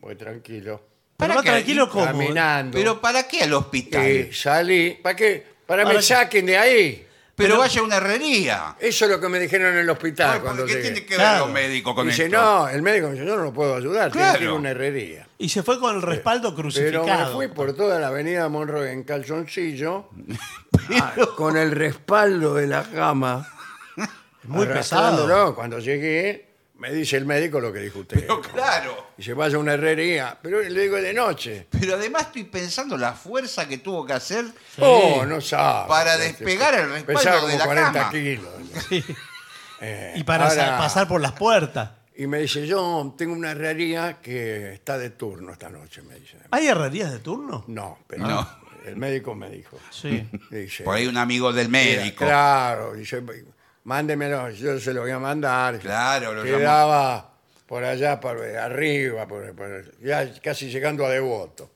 voy tranquilo, Pero ¿Para va qué? tranquilo como. ¿eh? caminando. ¿Pero para qué al hospital? y salí. ¿Para qué? Para me Para- saquen de ahí. pero vaya a una herrería. Eso es lo que me dijeron en el hospital Ay, Ah, cuando ¿Por qué llegué. tiene que ver Claro. los médicos con Dice, esto? no, el médico me dice, yo no lo puedo ayudar, tiene Claro. que ir a una herrería. Y se fue con el respaldo Pero me crucificado. fui por toda la avenida Monroe en calzoncillo, ah, con el respaldo de la cama. Muy arrastrándolo. pesado. Cuando llegué, me dice el médico lo que dijo usted. Pero claro. Y se vaya a una herrería, pero le digo de noche. Pero además estoy pensando la fuerza que tuvo que hacer. Sí. Oh, no sabe. Para despegar el respaldo Pesaba como de la 40 cama. kilos. Eh, Y para Ahora- sa- pasar por las puertas. Y me dice, yo tengo una herrería que está de turno esta noche, me dice. ¿Hay herrerías de turno? No, pero No. el médico me dijo. Sí. Dice, Por ahí un amigo del "Mira, médico. Claro, dice, mándemelo, yo se lo voy a mandar. Claro, lo llamó. Quedaba por allá, por arriba, por- por- ya casi llegando a Devoto.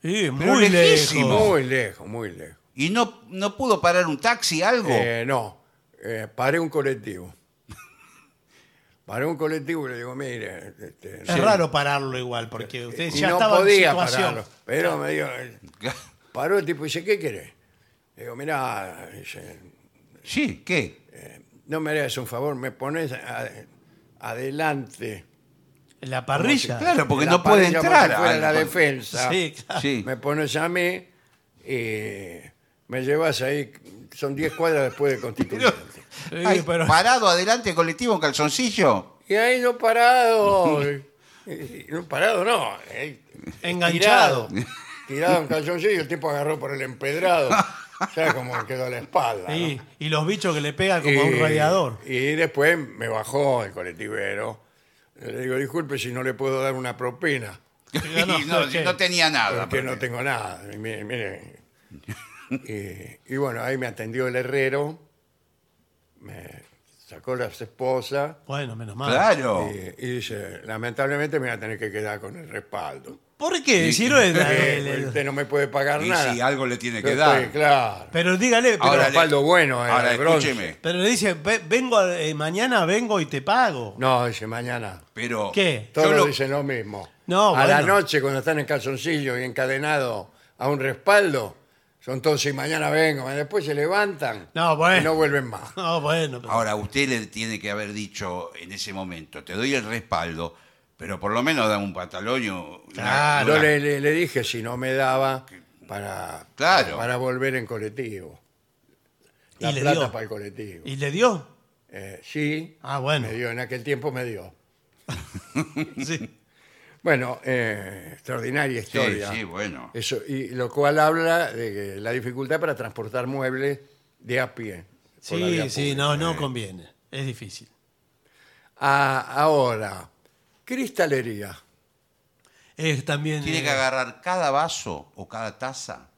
Sí, Pero muy lejísimo. lejos. Muy lejos, muy lejos. ¿Y no, no pudo parar un taxi, algo? Eh, no, eh, paré un colectivo. Paré un colectivo y le digo, mire, este, Es raro pararlo igual, porque usted y ya no estaba en podía situación. pararlo. Pero me dijo, eh, paró el tipo y dice, ¿qué querés? Le digo, mirá, dice, sí, ¿qué? no me harías un favor, me pones a- adelante. En la parrilla. Claro, porque La no puede parrilla, como entrar. si fuera al- la defensa. Sí, claro. Sí. Me pones a mí y me llevas ahí, son 10 cuadras después de Constituyente. Sí, Ay, pero- Parado adelante el colectivo en calzoncillo. Y ahí yo parado. eh, eh, No parado, no. eh, Enganchado. Tirado, tirado en calzoncillo, el tipo agarró por el empedrado. ¿Sabes cómo quedó la espalda? ¿no? Sí, Y los bichos que le pegan como a Eh, un Y- radiador. Eh, Y después me bajó el colectivero. Le digo, disculpe si no le puedo dar una propina, Y no, no, es que- no tenía nada. porque no tengo nada. Y mire, mire. Y, y bueno, ahí me atendió el herrero, me sacó las esposas. Bueno, menos mal. Claro. Y, y dice, lamentablemente me voy a tener que quedar con el respaldo. ¿Por qué? Si no es la- Eh, el- el- usted no me puede pagar Y nada. si algo le tiene que Yo dar. estoy- claro. pero dígale, pero, Ahora le- respaldo bueno, eh, Ahora, de bronce. escúcheme. pero le dice, "Ve- vengo a- eh, mañana vengo y te pago. No, dice, mañana. Pero. ¿Qué? Todos Yo lo- dicen lo mismo. No, a la bueno. noche, cuando están en calzoncillo y encadenados a un respaldo, son todos y mañana vengo. Después se levantan No, bueno. y no vuelven más. No, bueno. pero- Ahora, usted le tiene que haber dicho en ese momento: te doy el respaldo, pero por lo menos dame un pantalón. y una- Claro. Yo una- Ah, le, le- le dije si no me daba para, Claro. para volver en colectivo. Y La le plata dio. para el colectivo. ¿Y le dio? Eh, sí, Ah, bueno. me dio, en aquel tiempo me dio. Sí. Bueno, eh, extraordinaria Sí, historia. sí, bueno. Eso, y lo cual habla de que la dificultad para transportar muebles de a pie. por la vía Sí, sí, pública. no, Eh. no conviene. Es difícil. Ah, ahora, cristalería. Es también. Tiene eh, que agarrar cada vaso o cada taza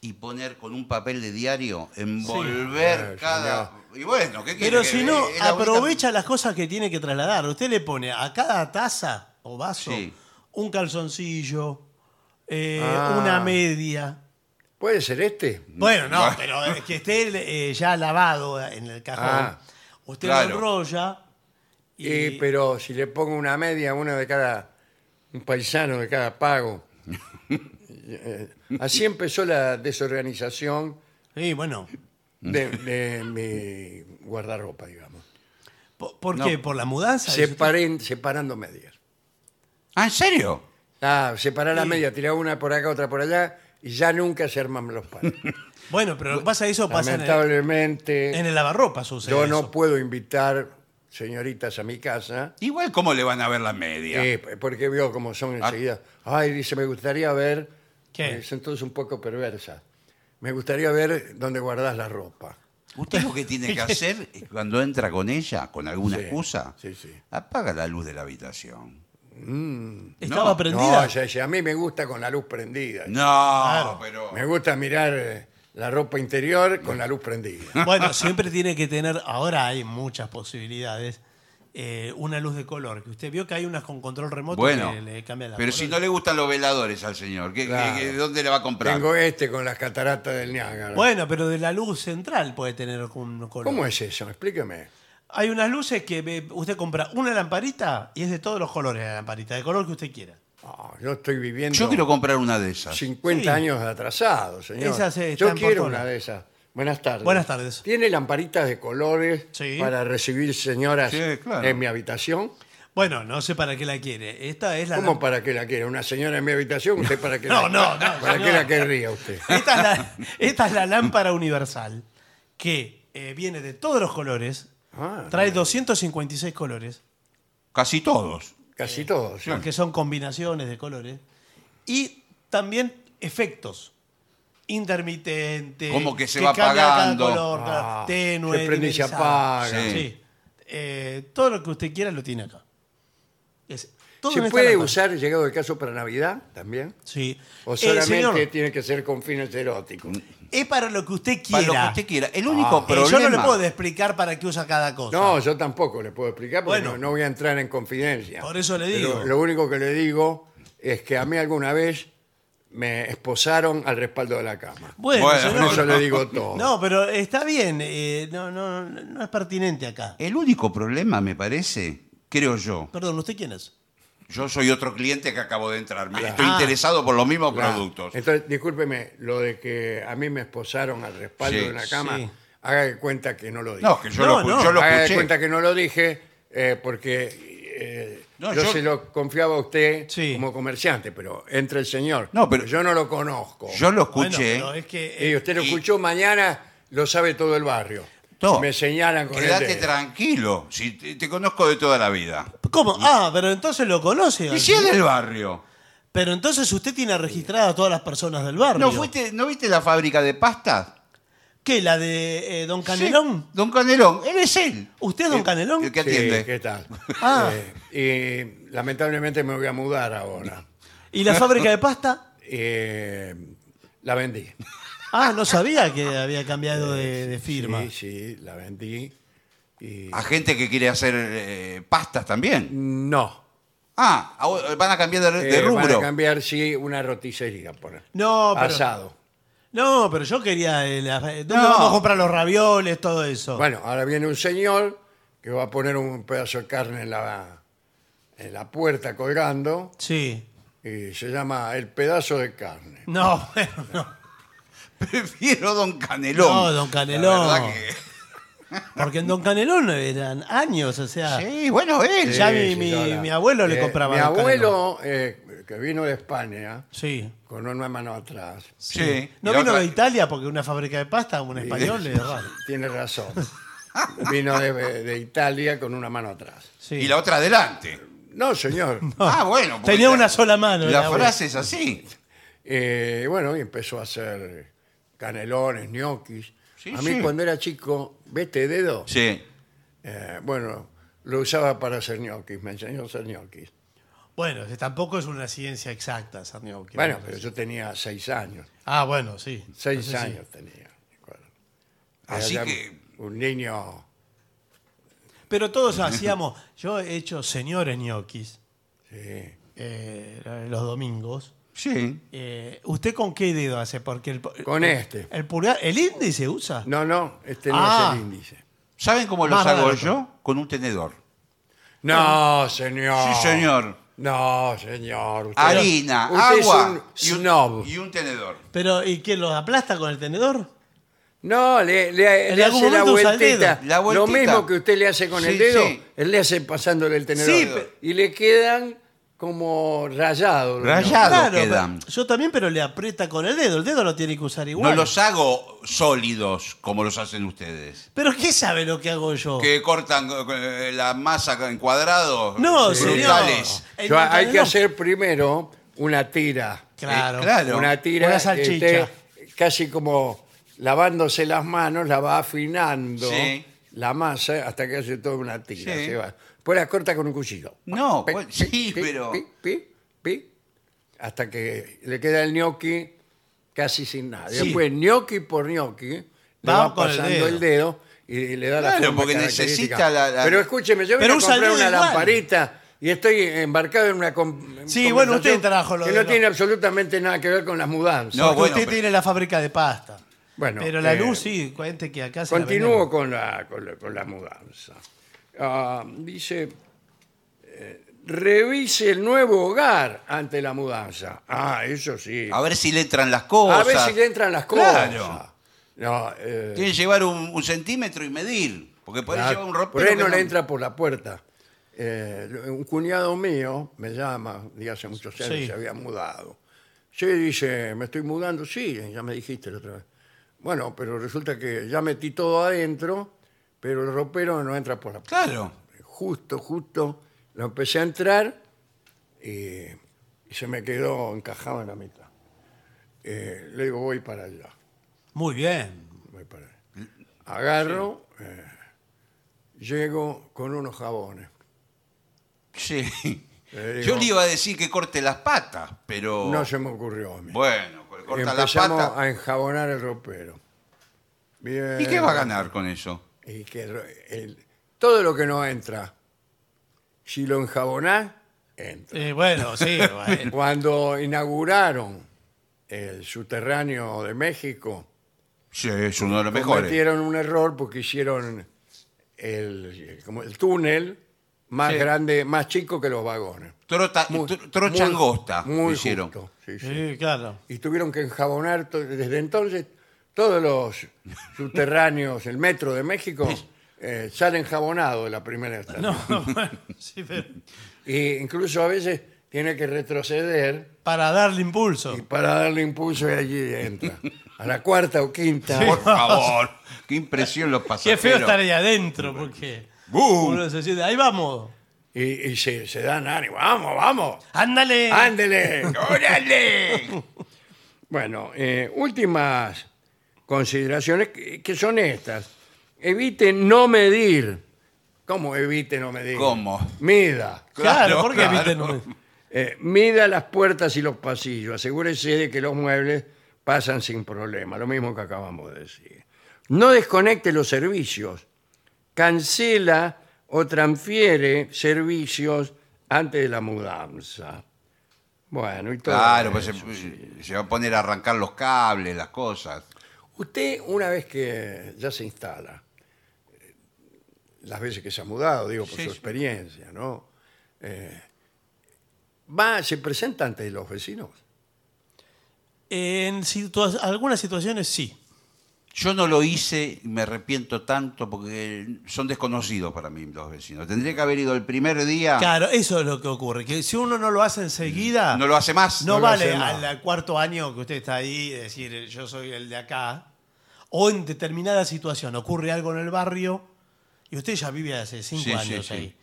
y poner con un papel de diario, envolver Eh, cada. Y bueno, ¿qué quiere Pero que- si no, es la única- aprovecha las cosas que tiene que trasladar. Usted le pone a cada taza o vaso Sí. un calzoncillo, eh, Ah. una media. ¿Puede ser este? Bueno, no, Bueno. pero eh, que esté eh, ya lavado en el cajón. Ah, Usted claro. lo enrolla y, Eh, pero si le pongo una media, uno de cada, un paisano de cada pago. Eh, Así empezó la desorganización Sí, bueno. de, de mi guardarropa, digamos. ¿Por, por No. qué? ¿Por la mudanza? Separen- separando medias. Ah, ¿en serio? Ah, separar la Sí. media, tirar una por acá, otra por allá, y ya nunca se arman los pares. Bueno, pero lo que pasa eso pasa en el, Lamentablemente, en el lavarropa sucede yo no eso. puedo invitar señoritas a mi casa, Igual, ¿cómo le van a ver la media? eh, porque veo como son Ah. enseguida. Ay, dice, me gustaría ver. ¿Qué? Eh, son todos un poco perversas. Me gustaría ver dónde guardás la ropa. Usted lo que tiene que hacer es cuando entra con ella, con alguna Sí, excusa, sí, sí. apaga la luz de la habitación. Estaba No, prendida. No, ya- ya, a mí me gusta con la luz prendida. No, Eh, Claro. pero. Me gusta mirar eh, la ropa interior con la luz prendida. Bueno, siempre tiene que tener, ahora hay muchas posibilidades eh, una luz de color. Que usted vio que hay unas con control remoto Bueno, que le cambian la pero si no le gustan los veladores al señor, ¿qué- qué- Claro. qué- ¿dónde le va a comprar? Tengo este con las cataratas del Niágara. Bueno, pero de la luz central puede tener un color. ¿Cómo es eso? Explíqueme. Hay unas luces que ve- usted compra una lamparita y es de todos los colores la lamparita, de color que usted quiera. Ah, yo estoy viviendo Yo quiero comprar una de esas. 50 Ah, Sí. años atrasado, señor. Esas, eh, yo están por quiero todas. una de esas. Buenas tardes. Buenas tardes. ¿Tiene lamparitas de colores Sí. para recibir señoras Sí, claro. en mi habitación? Bueno, no sé para qué la quiere. Esta es la ¿Cómo para qué la quiere? ¿Una señora en mi habitación? ¿Usted para qué la No, no, no, ¿Para señor. qué la querría usted? Esta es la, esta es la lámpara universal que eh, viene de todos los colores. Ah, trae 256 colores, Casi todos. Casi todos. sí. que son combinaciones de colores. Y también efectos. Intermitente. Como que se va cambia cada apagando. color, Ah, cada- tenue. se prende y se dimerizado. apaga. Sí. Sí. Eh, todo lo que usted quiera lo tiene acá. Es- todo en ¿Se esta puede lámpara. usar, llegado el caso, para Navidad también? Sí. ¿O Eh, solamente señor, tiene que ser con fines eróticos? es para lo que usted quiera. Para lo que usted quiera. El único Eh, problema. yo no le puedo explicar para qué usa cada cosa. No, yo tampoco le puedo explicar porque Bueno. no, no voy a entrar en confidencia. Por eso le Pero digo. lo único que le digo es que a mí alguna vez me esposaron al respaldo de la cama. Bueno, Bueno, señor, Con no, eso no. le digo todo. No, pero está bien. eh, no, no, no es pertinente acá. Eh, El único problema, me parece, creo yo. Perdón, ¿usted quién es? Yo soy otro cliente que acabo de entrar. Me- Estoy Ah. interesado por los mismos Claro. productos. Entonces, discúlpeme, lo de que a mí me esposaron al respaldo Sí, de la cama, sí. haga de cuenta que no lo dije. No, que yo, No, lo, no. Ah, yo lo haga de escuché. cuenta que no lo dije eh, porque eh, No, yo, yo- se lo confiaba a usted Sí. como comerciante, pero entre el señor. No, pero- yo no lo conozco. Yo lo Bueno, escuché. pero es que. eh, Y usted lo y- escuchó mañana, lo sabe todo el barrio. No. Me señalan con este. el Quédate dedo. tranquilo. Si te, te conozco de toda la vida. ¿Cómo? Ah, pero entonces lo conoce. Y si es del barrio. Pero entonces usted tiene registradas a todas las personas del barrio. ¿No, fuiste, ¿No viste la fábrica de pastas? ¿Qué? ¿La de eh, Don Canelón? Sí, don Canelón. Él es él. ¿Usted es Don El- Canelón? El que Sí, atiende. ¿Qué tal? Ah. Eh, y lamentablemente me voy a mudar ahora. ¿Y la fábrica de pasta? Eh, la vendí. Ah, no sabía que había cambiado de, de firma. Sí, sí, la vendí. Y... A gente que quiere hacer eh, pastas también. No. Ah, ahora van a cambiar de, de Eh, van rubro. a cambiar, sí, una roticería. Por... No, pero- Asado. No, pero yo quería. eh, la- eh, ¿Dónde No. vamos a comprar los ravioles, todo eso? Bueno, ahora viene un señor que va a poner un pedazo de carne en la, en la puerta colgando Sí. y se llama el pedazo de carne. No, bueno, no. Prefiero Don Canelón. No, Don La Canelón. verdad que- Porque en Don Canelón eran años, o sea. Sí, bueno, él. Ah. Ya Sí, mi- sí, mi- yo la- mi abuelo le compraba Mi los abuelo, eh, que vino de España, Sí. con una mano atrás, Sí. No Y la vino otra- de Italia porque una fábrica de pasta, un español, le da. tiene razón. vino de, de Italia con una mano atrás. Sí. Y la otra adelante. No, señor. Ah, bueno. porque Tenía la- una sola mano. La era frase es así. Eh, bueno, y empezó a hacer canelones, ñoquis. Sí, a mí sí. cuando era chico, ¿vete dedo? Sí. Eh, bueno, lo usaba para hacer ñoquis, me enseñó a hacer ñoquis. bueno. Bueno, tampoco es una ciencia exacta, San Diego, que Bueno, vamos a pero decir. yo tenía seis años. Ah, bueno, sí. Seis Entonces, sí. años tenía. me acuerdo. Era Así ya que- Un niño... Pero todos hacíamos. Yo he hecho señores ñoquis sí. eh, los domingos. Sí. Eh, ¿Usted con qué dedo hace? Porque el, Con el- este. El pulgar. ¿El índice usa? No, no, este no Ah. es el índice. ¿Saben cómo los Más hago barato. yo? Con un tenedor. No, señor. Sí, señor. No, señor. Usted- Harina, usted es agua un y, un, snob. y un tenedor. Pero, ¿y qué? ¿Los aplasta con el tenedor? No, le, le- En le algún hace la momento usa el vueltita. dedo. La Lo vueltita. mismo que usted le hace con el Sí, dedo, sí. él le hace pasándole el tenedor. Sí, pe- y le quedan como rayados. los Rayados. ñoquis. pero- quedan. yo también, pero le aprieta con el dedo. El dedo lo tiene que usar igual. No los hago sólidos como los hacen ustedes. Pero ¿qué sabe lo que hago yo? Que cortan eh, la masa en cuadrados No, brutales. señor. El Yo- hay pantalón- que hacer primero una tira. Claro. Eh, claro. Una tira. Una salchicha. este, casi como lavándose las manos, la va afinando Sí. la masa hasta que hace toda una tira. Sí. se va. Después la corta con un cuchillo. No, Pi, pues, pi, sí, pi, pero. pi, pi, pi, hasta que le queda el gnocchi casi sin nada. Sí. Después, gnocchi por gnocchi, le Va va con el pasando dedo. el dedo. y le da la Claro, forma porque necesita característica. la- la- Pero escúcheme, yo vine Pero a usa comprar luz una igual. lamparita y estoy embarcado en una com- Sí, bueno, conversación usted trajo lo que de no los- tiene absolutamente nada que ver con las mudanzas. No, Porque bueno, usted pero- tiene la fábrica de pasta. Bueno, pero la eh, luz sí, cuente que acá se la Continúo vendemos. con la, con la, con la mudanza. Ah, dice, eh, revise el nuevo hogar ante la mudanza. Ah, eso sí. A ver si le entran las cosas. A ver si le entran las cosas. Claro. No, eh, Tiene que llevar un, un centímetro y medir. Porque por ahí claro, lleva un ropero. por ahí que no le entra por la puerta. Eh, un cuñado mío me llama, de hace muchos años Sí. se había mudado. Sí, dice, me estoy mudando. Sí, ya me dijiste la otra vez. Bueno, pero resulta que ya metí todo adentro, pero el ropero no entra por la puerta. Claro. justo, justo, lo empecé a entrar y, y se me quedó encajado en la mitad. Eh, le digo, voy para allá, Muy bien. voy para allá. Agarro, eh, llego con unos jabones. Sí. Le Yo digo, le iba a decir que corte las patas, pero. No se me ocurrió a mí. Oh. Bueno, corta las Empezamos patas. a eh, enjabonar el ropero. Bien. ¿Y qué va a ganar con eso? Y que ro- el- todo lo que no entra, si lo enjabonás, entra. Eh, bueno, sí. bueno. Cuando inauguraron el subterráneo de México, Sí, es uno de los mejores. cometieron un error porque hicieron el, como el túnel más Sí. grande, más chico que los vagones. Trota, Muy- tro- trocha muy- angosta Muy hicieron. justo, sí, sí. Sí, claro. Y tuvieron que enjabonar to- desde entonces todos los subterráneos, el metro de México, eh, sale enjabonado de la primera estación. No, bueno, sí, pero Y incluso a veces tiene que retroceder para darle impulso. y para darle impulso y allí entra. A la cuarta o quinta. Por favor. Qué impresión los Qué pasajeros. feo estar ahí adentro, porque ¡Bum! uno se siente, ahí vamos, Y, y se, se dan ánimo. Vamos, vamos. ándale. Ándele. ¡Órale! bueno, eh, últimas consideraciones que, que son estas. Evite no medir. ¿Cómo evite no medir? ¿Cómo? Mida. claro, Claro, porque claro. viste, no me- Eh, mida las puertas y los pasillos. Asegúrese de que los muebles pasan sin problema. Lo mismo que acabamos de decir. No desconecte los servicios. Cancela o transfiere servicios antes de la mudanza. Bueno, y todo. Claro, pues eso. se, se va a poner a arrancar los cables, las cosas. Usted, una vez que ya se instala, eh, las veces que se ha mudado, digo, por Sí, su sí. experiencia, ¿no? Eh, va, se presenta ante los vecinos. En situa- algunas situaciones sí. Yo no lo hice y me arrepiento tanto porque son desconocidos para mí los vecinos. Tendría que haber ido el primer día. Claro, eso es lo que ocurre, que si uno no lo hace enseguida, No lo hace más. no lo vale hace más. al al cuarto año que usted está ahí decir yo soy el de acá, o en determinada situación ocurre algo en el barrio y usted ya vive hace cinco Sí, sí, años sí. ahí.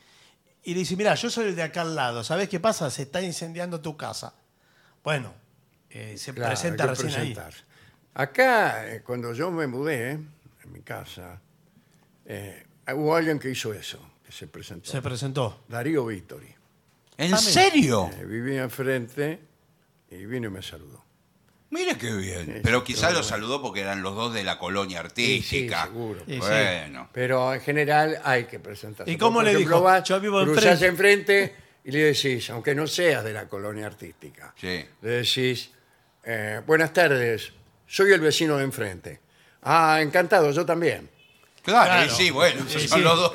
Y le dice, mira, yo soy el de acá al lado, ¿sabes qué pasa? Se está incendiando tu casa. Bueno, eh, se Claro, presenta hay que recién ahí. presentarse. Acá, eh, cuando yo me mudé, en mi casa, eh, hubo alguien que hizo eso, que se presentó. Se presentó. Darío Vittori. ¿En Ah, mira. serio? Eh, vivía enfrente y vino y me saludó. Mire qué bien. Sí, Pero sí, quizás pero los bueno. saludó porque eran los dos de la colonia Sí, artística. seguro. Sí, sí. bueno. Pero en general hay que presentarse. ¿Y cómo Por le ejemplo, dijo? vas, Yo vivo cruzás enfrente y le decís, aunque no seas de la colonia artística, Sí. le decís, eh, buenas tardes, soy el vecino de enfrente. Ah, encantado, yo también. Claro, Claro. y sí, bueno, Sí, son sí. los dos.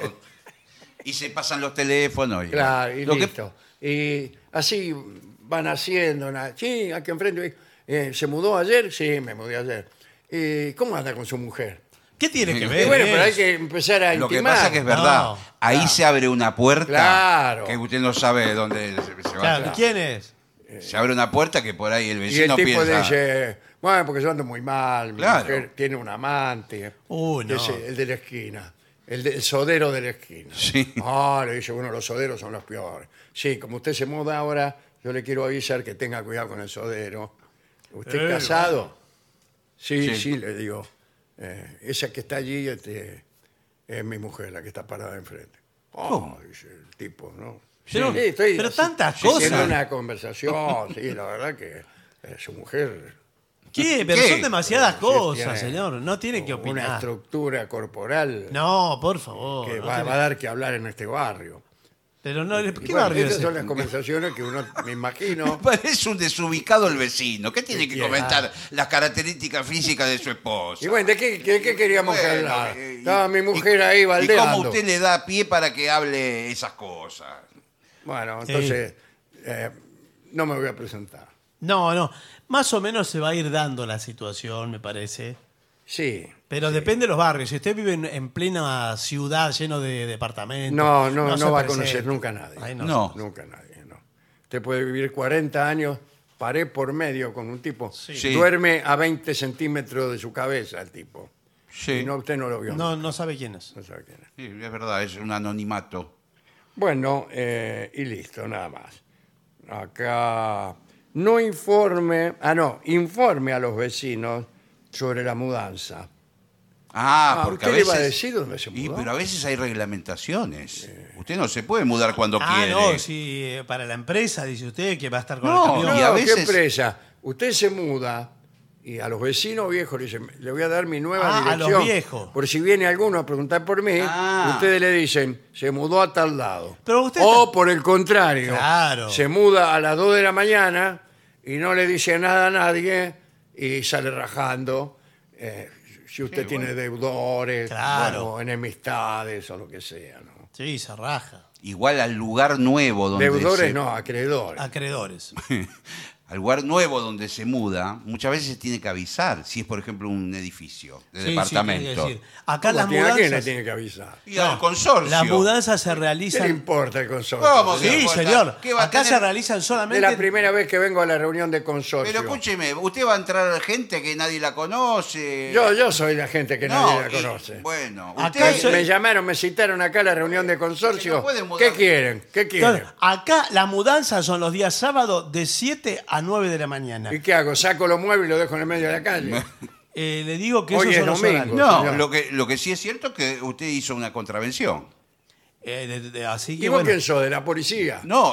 Y se pasan los teléfonos. Y, Claro, y Lo que- listo. Y así van haciendo. na- Sí, aquí enfrente. eh, ¿Se mudó ayer? Sí, me mudé ayer. Eh, ¿Cómo anda con su mujer? ¿Qué tiene que Y Y ver? bueno, eh? pero hay que empezar a lo que intimar. pasa que es verdad. No, ahí se abre una puerta Claro. que usted no sabe dónde se, se va. Claro, a ¿Quién es? Se abre una puerta que por ahí el Y el vecino tipo piensa. dice, bueno, porque yo ando muy mal, mi Claro. mujer tiene un amante. Uy, no. Ese, el de la esquina. El, de- el sodero de la esquina. Sí. Ah, le dice, bueno, los soderos son los peores. Sí, como usted se muda ahora, yo le quiero avisar que tenga cuidado con el sodero. ¿Usted Eh, es casado? Sí, Sí. sí, le digo. Eh, esa que está allí este, es mi mujer, la que está parada enfrente. Oh, dice el tipo, ¿no? Pero- Sí, estoy pero así- tantas haciendo cosas. una conversación, sí, la verdad que eh, su mujer ¿Qué? Pero ¿Qué? son demasiadas Sí, cosas, tiene señor. No tiene que Una opinar. estructura corporal No, por favor. que no va, tiene- va a dar que hablar en este barrio. Pero no, ¿qué Y bueno, barrio Esas es? este? son las conversaciones que uno, me imagino, Parece un desubicado el vecino. ¿Qué tiene que Bien. comentar Ah. las características físicas de su esposa? Y bueno, ¿de qué, de qué queríamos Bueno, hablar? eh, y- Estaba mi mujer ahí ¿Y cómo baldeando. usted le da pie para que hable esas cosas? Bueno, entonces eh, no me voy a presentar. No, no. Más o menos se va a ir dando la situación, me parece. Sí. Pero depende de los barrios. Si usted vive en, en plena ciudad lleno de departamentos. No, no, no, se va a presenta. conocer nunca a nadie. Ay, no. No. Nunca a nadie, no. Usted puede vivir 40 años paré por medio con un tipo. Sí. Duerme a 20 centímetros de su cabeza el tipo. Sí, Y no, usted no lo vio. No, no sabe quién es. No sabe quién es. sí, es verdad, es un anonimato. Bueno, eh, y listo, nada más. Acá no informe, ah no, informe a los vecinos sobre la mudanza. Ah, Ah, porque ¿usted a le veces. iba a decir dónde se Y, mudó? pero a veces hay reglamentaciones. Usted no se puede mudar cuando Ah, quiere. no, sí, eh, para la empresa, dice usted, que va a estar con No, el No, camión. y a veces- qué empresa. Usted se muda y a los vecinos viejos le dicen, le voy a dar mi nueva Ah, a los dirección. viejos. Por si viene alguno a preguntar por mí, Ah. ustedes le dicen, se mudó a tal lado. Pero usted o está- por el contrario, Claro. se muda a las 2 de la mañana y no le dice nada a nadie y sale rajando. eh, si usted Sí, tiene deudores, Claro. bueno, enemistades o lo que sea. ¿no? Sí, se raja. Igual al lugar nuevo donde. Deudores se- no, acreedores. Acreedores. Al lugar nuevo donde se muda, muchas veces se tiene que avisar. Si es, por ejemplo, un edificio Sí, sí, de tiene departamento. que decir. Acá ¿Cómo las tiene- ¿A quién le mudanzas. tiene que avisar? y al No, consorcio. Las mudanzas se ¿Qué le realizan. importa el consorcio? Vamos, señor? le Sí, importa? señor. ¿Qué va a Acá tener? se realizan Es la solamente. primera vez que vengo a la reunión de consorcio. Pero escúcheme, usted va a entrar gente que nadie la conoce. yo, yo soy la gente que nadie la y- conoce. bueno, Acá usted. Me- soy- Me llamaron, me citaron acá a la reunión de Que no consorcio. pueden mudar. ¿Qué quieren? ¿Qué quieren? Claro, acá las mudanzas son los días sábados de 7 a 9 de la mañana. ¿Y qué hago? ¿Saco los muebles y los dejo en el medio de la calle? Eh, le digo que Hoy esos es son los domingo. horarios. No, señor. lo que, lo que sí es cierto es que usted hizo una contravención. Eh, de- de- así ¿Y que vos bueno, quién sos? ¿De la policía? No,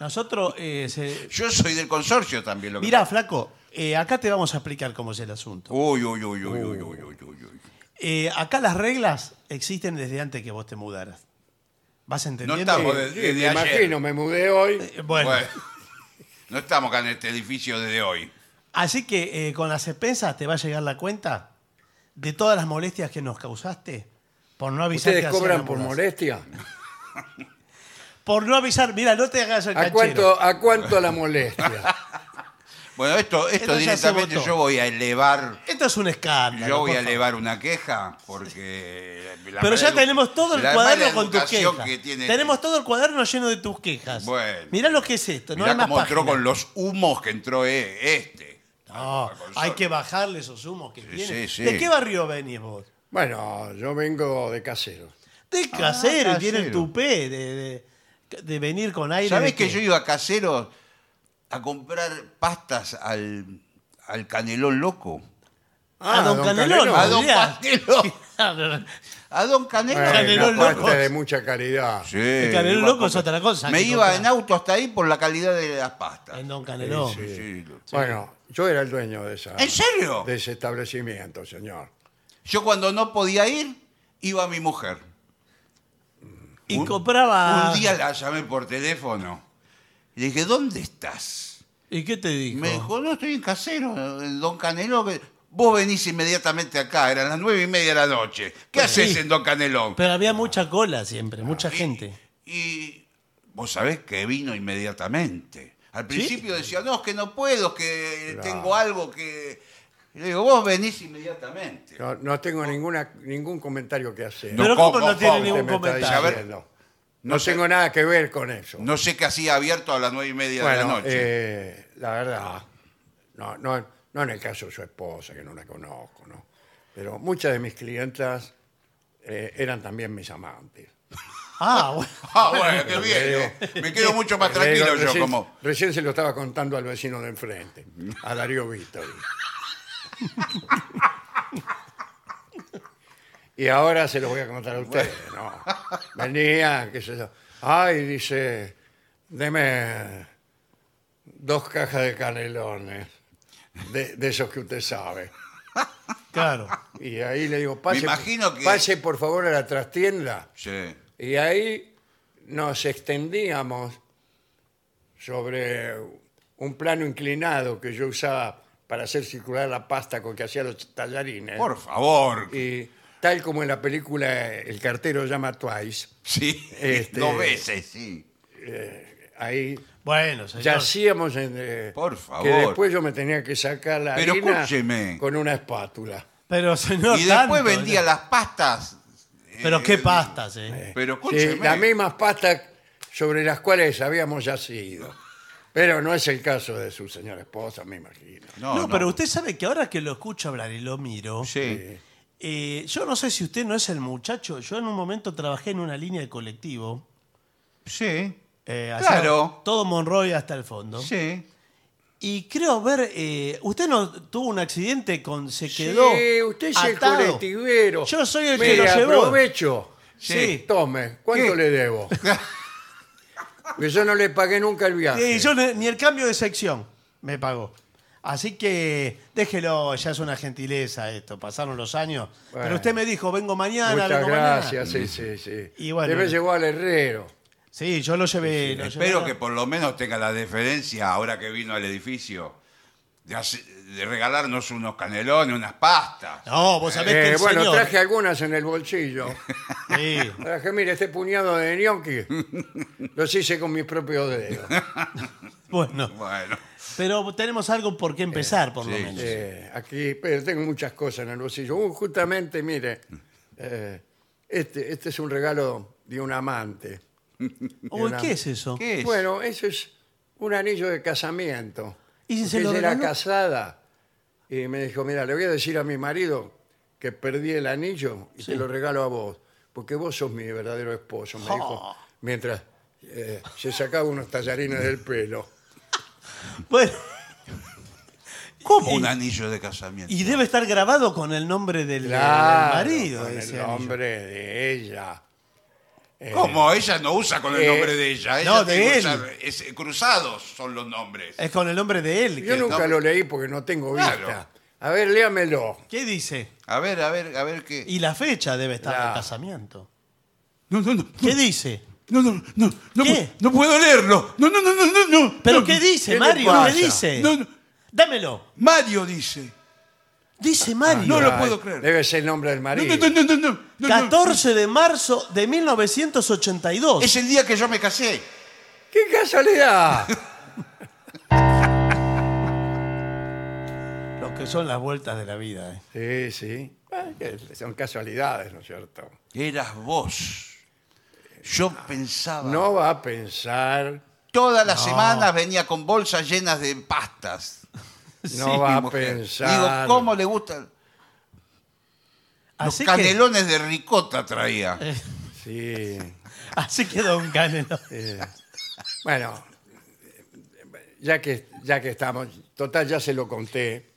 nosotros. eh, se- yo soy del consorcio también. Lo que Mirá, flaco, eh, acá te vamos a explicar cómo es el asunto. Uy, uy, uy, uy, uy, uy, uy, uy, uy. Eh, acá las reglas existen desde antes que vos te mudaras. ¿Vas entendiendo? estamos de- Sí, desde Eh, me ayer. imagino, me mudé hoy. Eh, bueno, Bueno, no estamos acá en este edificio desde hoy. así que eh, con las expensas te va a llegar la cuenta de todas las molestias que nos causaste por no avisar. ¿Ustedes cobran por molestia? Por no avisar, mira, no te hagas el ¿A canchero. cuánto, ¿A cuánto la molestia? Bueno, esto, esto Esto ya se directamente votó. yo voy a elevar. Esto es un escándalo. Yo voy por a favor. elevar una queja porque. la Pero mala ya edu- tenemos todo el la cuaderno mala con tus educación quejas. que tiene- Tenemos todo el cuaderno lleno de tus quejas. Bueno. Mirá lo que es esto. No Mirá hay más cómo entró páginas. con los humos que entró eh, este. No, Al consorcio. hay que bajarle esos humos que Sí, tiene. sí, sí. ¿De qué barrio venís vos? Bueno, yo vengo de casero. De casero, y tiene el Ah, casero. tupé de, de- de venir con aire. ¿Sabés de que qué? yo iba a casero a comprar pastas al, al canelón loco? A Ah, don, Canelón. Canelón. A don mirá. Canelón. Claro. A don Canelón. Bueno, Canelón aparte loco. de mucha calidad. Sí, El Canelón iba loco a es otra cosa Me que iba comprar. Eh, en auto hasta ahí por la calidad de las pastas. En don Canelón. Sí, Sí. Bueno, yo era el dueño de esa. ¿En serio? de ese establecimiento, señor. Yo cuando no podía ir, iba mi mujer. Y compraba. Un día la llamé por teléfono. Le dije, ¿dónde estás? ¿Y qué te dijo? Me dijo, no, estoy en casero, en Don Canelón. que- Vos venís inmediatamente acá, eran las nueve y media de la noche. Pues ¿Qué haces sí. en Don Canelón? Pero había mucha cola siempre, mucha gente. Y vos sabés que vino inmediatamente. Al principio decía, no, es que no puedo, es que Claro. tengo algo que... Y Le digo, vos venís inmediatamente. No, no tengo ninguna, ningún comentario que hacer. No, Pero ¿cómo no ¿cómo? tiene ¿Cómo? Usted ningún me está comentario? A ver, diciendo. no No, sé- tengo nada que ver con eso. No sé qué hacía abierto a las nueve y media de la bueno, noche. eh, la verdad, no, no, no en el caso de su esposa, que no la conozco, ¿no? Pero muchas de mis clientas eh, eran también mis amantes. Ah, bueno. Ah, bueno, qué bien. eh. Me quedo mucho más Le digo, tranquilo yo recién, como... Recién se lo estaba contando al vecino de enfrente, a Darío Víctor. y ahora se lo voy a contar a ustedes, ¿no? Venía, qué sé yo. Ay, dice, deme dos cajas de canelones. de, de esos que usted sabe. Claro. Y ahí le digo, pase, imagino que- pase por favor a la trastienda. Sí. Y ahí nos extendíamos sobre un plano inclinado que yo usaba para hacer circular la pasta con que hacía los tallarines. Por favor. Y tal como en la película El cartero llama Twice, Sí. Este- Dos veces, sí. ahí Bueno, señor. yacíamos en... eh, Por favor. Que después yo me tenía que sacar la Pero harina escúcheme. con una espátula. Pero, señor. y después tanto, vendía ¿no? las pastas. Pero eh, qué pastas, ¿eh? Pero escúcheme. Sí, las mismas pastas sobre las cuales habíamos yacido. Pero no es el caso de su señora esposa, me imagino. No, No, no. pero usted sabe que ahora que lo escucho hablar y lo miro. Sí. eh, yo no sé si usted no es el muchacho. Yo en un momento trabajé en una línea de colectivo. Sí. eh, hacia- Claro. Todo Monroy hasta el fondo. Sí. Y creo ver. eh, usted no tuvo un accidente con. Se quedó. Sí, usted es atado. el colectivero. Yo soy el Mire, que lo llevó. aprovecho. Sí. Tome, ¿cuánto ¿Qué? le debo? Que yo no le pagué nunca el viaje. Sí, yo ne- ni el cambio de sección me pagó. Así que déjelo, ya es una gentileza esto. Pasaron los años. Bueno. Pero usted me dijo, vengo mañana, Muchas vengo mañana. gracias, sí, sí, sí. Y bueno. Usted me llevó al herrero. Sí, yo lo llevé. lo Espero llevé que a- por lo menos tenga la deferencia, ahora que vino al edificio, de, hace- de regalarnos unos canelones, unas pastas. No, vos sabés que Eh, el bueno, señor... traje algunas en el bolsillo. Sí. Traje, mire, este puñado de gnocchi los hice con mis propios dedos. Bueno, Bueno, pero tenemos algo por qué empezar, por lo sí, menos. Eh, aquí, pero tengo muchas cosas en el bolsillo. Uh, justamente, mire, eh, este, este es un regalo de un amante. Uy, ¿qué es eso? ¿qué es? Bueno, eso es un anillo de casamiento. ¿Y si se Porque lo ella era regaló? casada y me dijo, mira, le voy a decir a mi marido que perdí el anillo y Sí. te lo regalo a vos, porque vos sos mi verdadero esposo, me Oh. dijo, mientras eh, se sacaba unos tallarines del pelo. Bueno. ¿Cómo Y- un anillo de casamiento? Y debe estar grabado con el nombre del, del Claro, marido. con el ese anillo. nombre de ella. ¿Cómo? Ella no usa con el eh, nombre de ella. ella eh, no, de tiene que él. Eh. usar- es- cruzados son los nombres. Es con el nombre de él. Yo que- nunca no- lo leí porque no tengo vista. Claro. A ver, léamelo. ¿Qué dice? A ver, a ver, a ver qué. Y la fecha debe estar Claro. del casamiento. No, no, no. ¿Qué dice? No, no, no. No, ¿Qué? pu- no puedo leerlo. No, no, no, no, no. no. ¿Pero No, qué dice, ¿qué le Mario? pasa? ¿Qué dice? No, no. Dámelo. Mario dice. Dice Mario. No lo Ay, puedo creer. Debe ser el nombre del No, marido. no, no, no, no, no. no, no. 14 de marzo de 1982. Es el día que yo me casé. ¡Qué casualidad! Lo que son las vueltas de la vida. eh. sí, sí. Ah, que Son casualidades, ¿no es cierto? Eras vos. Yo Ah. pensaba. No va a pensar, Todas las semanas venía con bolsas llenas de pastas. no Sí, va a mujer. pensar. Digo, ¿cómo le gustan? Los Así que, Eh. canelones de ricota traía. Sí. así que don Canelón. eh, Bueno, ya que, ya que estamos, total, ya se lo conté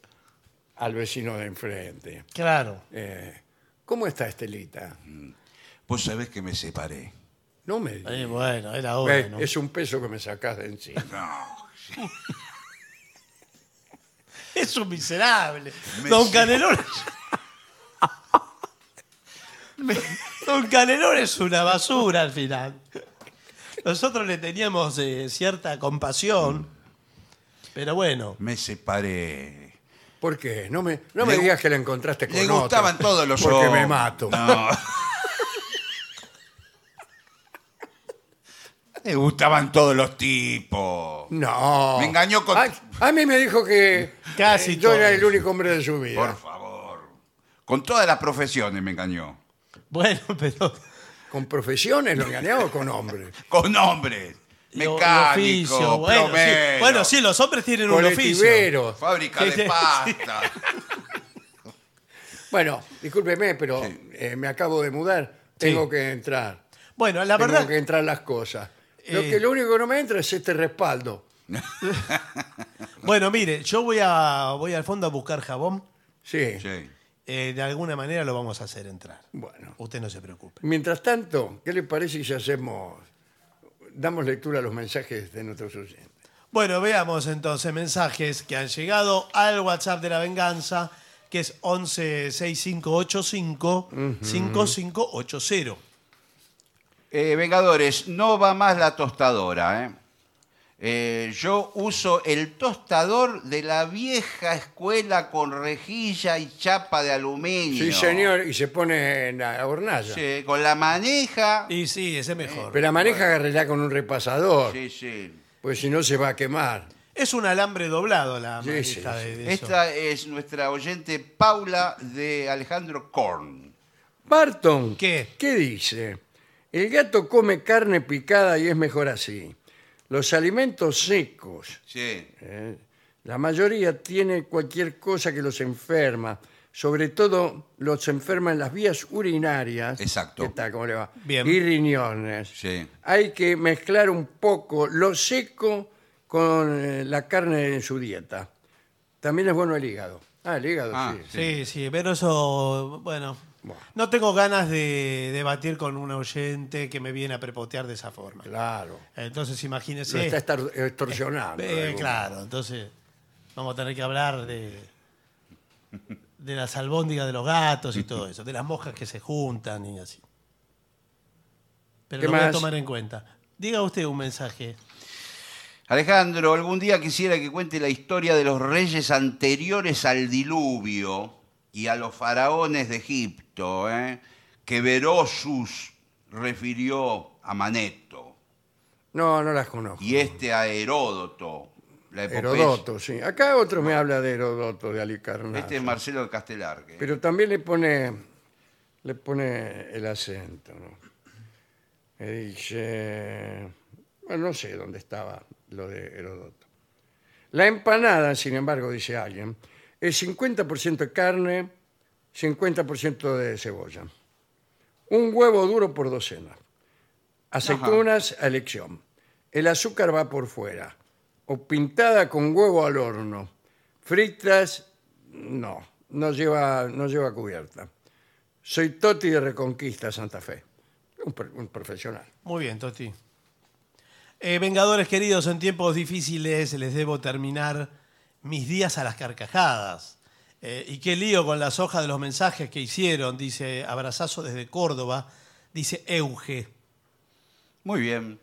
al vecino de enfrente. Claro. Eh, ¿Cómo está Estelita? Vos sabés que me separé. No me digas. Eh, bueno, era obvio, Eh, ¿no? Es un peso que me sacás de encima. No. Es un miserable. Me Don siento- Canelón. Me- Don Canelón es una basura al final. Nosotros le teníamos eh, cierta compasión, pero bueno. Me separé. ¿Por qué? No me, no me Le- digas que la encontraste con Le otro, gustaban todos los Porque hombres. me mato. No. Le gustaban todos los tipos. No. Me engañó con- A, a mí me dijo que Casi eh, yo era todos. el único hombre de su vida. Por favor. Con todas las profesiones me engañó. Bueno, pero. Con profesiones lo engañaba o con hombres. Con hombres. lo- lo Mecánico, oficio, bueno, sí, plomero, bueno, sí, los hombres tienen un oficio. Colectiveros. fábrica Sí, sí, de pasta. Bueno, discúlpeme, pero eh, me acabo de mudar. Tengo Sí. que entrar. Bueno, la Tengo verdad. que entrar las cosas. Lo, Eh. que, lo único que no me entra es este respaldo. Bueno, mire, yo voy, a, voy al fondo a buscar jabón. Sí. Sí. eh, de alguna manera lo vamos a hacer entrar. Bueno. Usted no se preocupe. Mientras tanto, ¿qué le parece si hacemos, damos lectura a los mensajes de nuestros oyentes? Bueno, veamos entonces mensajes que han llegado al WhatsApp de la venganza, que es 11 6585 5580. Eh, Vengadores, no va más la tostadora. ¿eh? Eh, yo uso el tostador de la vieja escuela con rejilla y chapa de aluminio. Sí, señor, y se pone en la hornalla. Sí, con la maneja. Y sí, ese es mejor. Pero la maneja agarrará con un repasador, Sí, sí. pues si no se va a quemar. Es un alambre doblado la Sí, manija sí, de- de eso. Esta es nuestra oyente Paula de Alejandro Korn. Barton, ¿Qué? ¿qué dice? El gato come carne picada y es mejor así. Los alimentos secos, Sí. ¿eh? la mayoría tiene cualquier cosa que los enferma, sobre todo los enferma en las vías urinarias. Exacto. ¿Qué tal? ¿Cómo le va? Bien. Y riñones. Sí. Hay que mezclar un poco lo seco con eh, la carne en su dieta. También es bueno el hígado. Ah, el hígado, Ah, sí. Sí, sí, pero eso, bueno, Bueno. no tengo ganas de debatir con un oyente que me viene a prepotear de esa forma. Claro. Entonces, imagínese. Lo está estar- extorsionando. Eh, algo. claro, entonces vamos a tener que hablar de, de las albóndigas de los gatos y todo eso, de las moscas que se juntan y así. Pero ¿Qué lo voy a más? tomar en cuenta. Diga usted un mensaje. Alejandro, algún día quisiera que cuente la historia de los reyes anteriores al diluvio y a los faraones de Egipto, ¿eh? que Verosus refirió a Maneto No, no las conozco. y este a Heródoto. La epopeya. Herodoto, sí. Acá otro me habla de Herodoto, de Alicarnaso. Este es Marcelo de Castelar. que- Pero también le pone, le pone el acento, ¿no? Me dice, bueno, no sé dónde estaba lo de Herodoto. La empanada, sin embargo, dice alguien, es 50% de carne, 50% de cebolla. Un huevo duro por docena. Aceitunas a elección. El azúcar va por fuera. O pintada con huevo al horno. Fritas, no. No lleva, no lleva cubierta. Soy Toti de Reconquista, Santa Fe. Un, pro- un profesional. Muy bien, Toti. Eh, Vengadores queridos, en tiempos difíciles les debo terminar mis días a las carcajadas. Eh, y qué lío con las hojas de los mensajes que hicieron, dice Abrazazo desde Córdoba, dice Euge. Muy bien.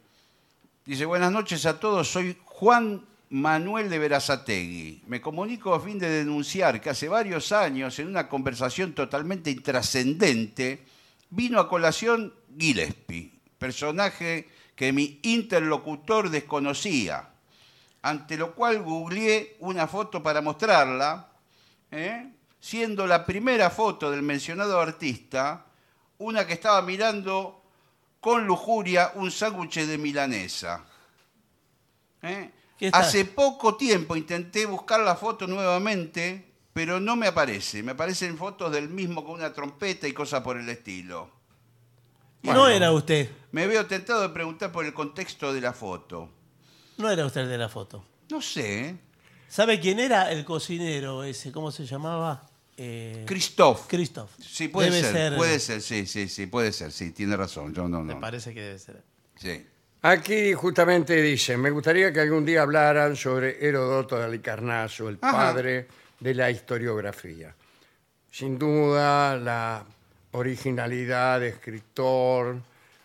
Dice, buenas noches a todos, soy Juan Manuel de Verazategui. Me comunico a fin de denunciar que hace varios años, en una conversación totalmente intrascendente, vino a colación Gillespie, personaje que mi interlocutor desconocía, ante lo cual googleé una foto para mostrarla, ¿eh? siendo la primera foto del mencionado artista una que estaba mirando con lujuria un sándwich de milanesa. ¿Eh? ¿Qué está? Hace poco tiempo intenté buscar la foto nuevamente, pero no me aparece. Me aparecen fotos del mismo con una trompeta y cosas por el estilo. No era usted, Me veo tentado de preguntar por el contexto de la foto. no era usted el de la foto. No sé. ¿eh? ¿Sabe quién era el cocinero ese? ¿Cómo se llamaba? Eh, Christoph. Christoph. Sí, puede Debe ser, Puede ser, sí, sí, sí, puede ser, sí, tiene razón. Yo no, Me no. parece que debe ser. Sí. Aquí justamente dice, me gustaría que algún día hablaran sobre Herodoto de Alicarnaso, el Ajá. padre de la historiografía. Sin duda, la originalidad de escritor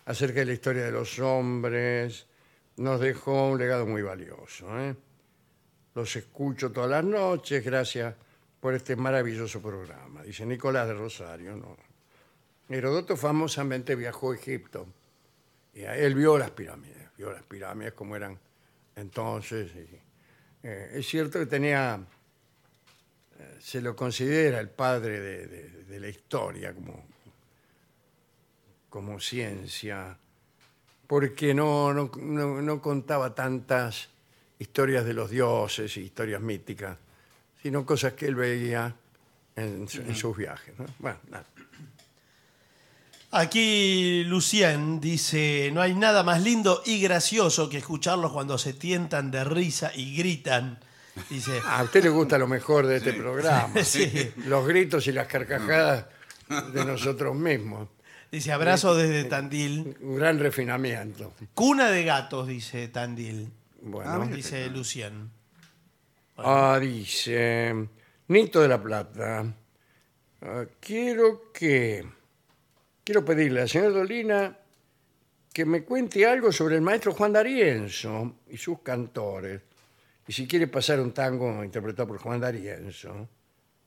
acerca de la historia de los hombres nos dejó un legado muy valioso. ¿eh? Los escucho todas las noches, gracias por este maravilloso programa. Dice Nicolás de Rosario. ¿no? Herodoto famosamente viajó a Egipto. Y a- él vio las pirámides, vio las pirámides como eran entonces. y, eh, es cierto que tenía, eh, se lo considera el padre de, de- de la historia como, como ciencia, porque no, no- no- no contaba tantas historias de los dioses y historias míticas, sino cosas que él veía en, su- en sus viajes. ¿no? Bueno, nada. Aquí Lucien dice, no hay nada más lindo y gracioso que escucharlos cuando se tientan de risa y gritan. Dice, A usted le gusta lo mejor de este programa. Sí. Los gritos y las carcajadas de nosotros mismos. dice, abrazo desde Tandil. Un gran refinamiento. Cuna de gatos, dice Tandil. Bueno. Ah, mire. dice Lucien. Ah, dice, Nito de la Plata, ah, quiero que, quiero pedirle al señor Dolina que me cuente algo sobre el maestro Juan D'Arienzo y sus cantores. Y si quiere pasar un tango interpretado por Juan D'Arienzo.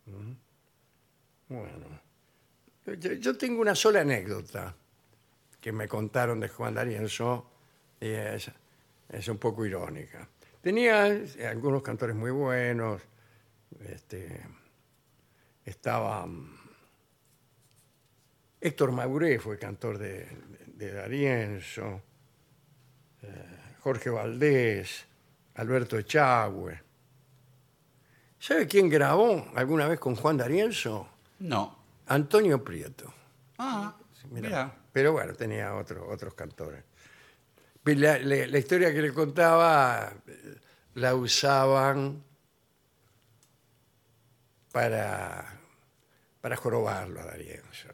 ¿Mm? Bueno, yo, yo tengo una sola anécdota que me contaron de Juan D'Arienzo y es, es un poco irónica. Tenía eh, algunos cantores muy buenos, este, estaba mm, Héctor Mauré, fue cantor de, de D'Arienzo, eh, Jorge Valdés, Alberto Echagüe. ¿Sabe quién grabó alguna vez con Juan D'Arienzo? No. Antonio Prieto. Ah, Mirá. mira. Pero bueno, tenía otro- otros cantores. Y La, la- la historia que le contaba eh, la usaban para, para jorobarlo a D'Arienzo.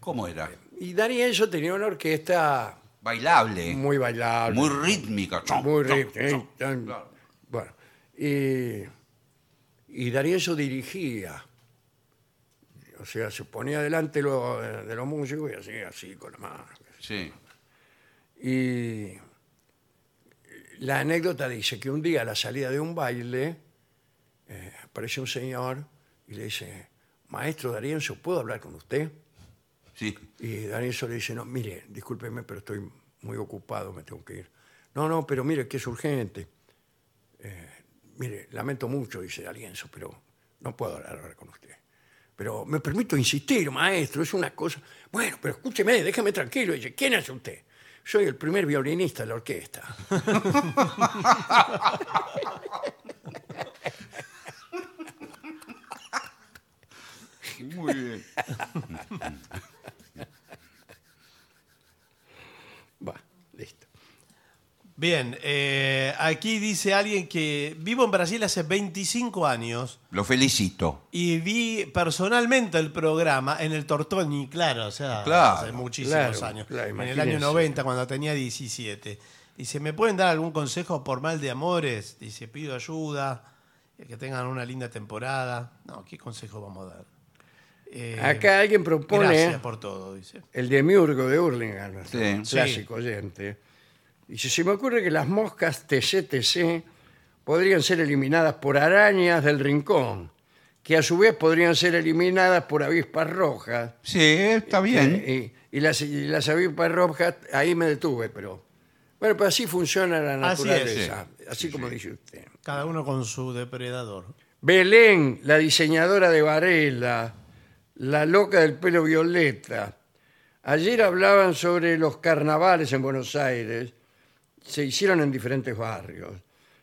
¿Cómo era? Y D'Arienzo tenía una orquesta Bailable. Muy, muy bailable. rítmica. Chon, Muy chon, rico, ¿eh? chon. Tan- Claro. Bueno, y, y D'Arienzo dirigía. O sea, se ponía delante lo- de los músicos y hacía así con la mano. Sí. Y la anécdota dice que un día a la salida de un baile eh, aparece un señor y le dice, maestro D'Arienzo, ¿puedo hablar con usted? Sí. Y D'Arienzo le dice, no, mire, discúlpeme, pero estoy muy ocupado, me tengo que ir. No, no, pero mire, que es urgente. Eh, mire, lamento mucho, dice D'Arienzo, pero no puedo hablar ahora con usted. Pero me permito insistir, maestro, es una cosa... Bueno, pero escúcheme, déjeme tranquilo. Y dice, ¿quién es usted? Soy el primer violinista de la orquesta. Muy bien. Va, listo. Bien, eh, aquí dice alguien que vivo en Brasil hace 25 años Lo felicito. y vi personalmente el programa en el Tortoni, claro, o sea, Claro, hace muchísimos claro, años, claro, en el imagínense. año 90 cuando tenía 17. Dice, ¿me pueden dar algún consejo por mal de amores? Dice, pido ayuda, eh, que tengan una linda temporada. No, ¿qué consejo vamos a dar? Eh, Acá alguien propone... Gracias por todo, dice. el demiurgo de Hurlingham, nuestro Sí. clásico oyente. Dice, se me ocurre que las moscas TCTC podrían ser eliminadas por arañas del rincón, que a su vez podrían ser eliminadas por avispas rojas. Sí, está bien. Eh, y, y las, y las avispas rojas, ahí me detuve, pero... Bueno, pues así funciona la Así es. naturaleza, así, como dice usted. Cada uno con su depredador. Belén, la diseñadora de Varela, la loca del pelo violeta. Ayer hablaban sobre los carnavales en Buenos Aires. Se hicieron en diferentes barrios.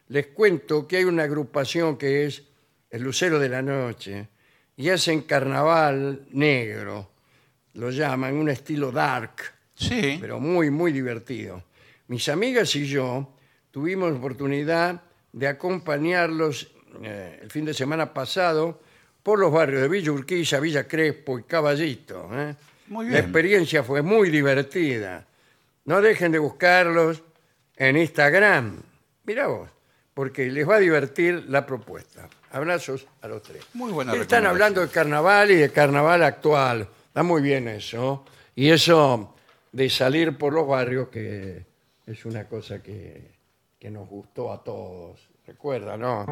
Les cuento que hay una agrupación que es El Lucero de la Noche y hacen carnaval negro. Lo llaman un estilo dark Sí. pero muy, muy divertido. Mis amigas y yo tuvimos oportunidad de acompañarlos eh, el fin de semana pasado por los barrios de Villa Urquiza, Villa Crespo y Caballito. ¿eh? Muy La bien. experiencia fue muy divertida. No dejen de buscarlos en Instagram. Mirá vos, porque les va a divertir la propuesta. Abrazos a los tres. Muy buena Están recomendación. hablando de carnaval y de carnaval actual. Está muy bien eso. Y eso de salir por los barrios, que es una cosa que, que nos gustó a todos. Recuerda, ¿no?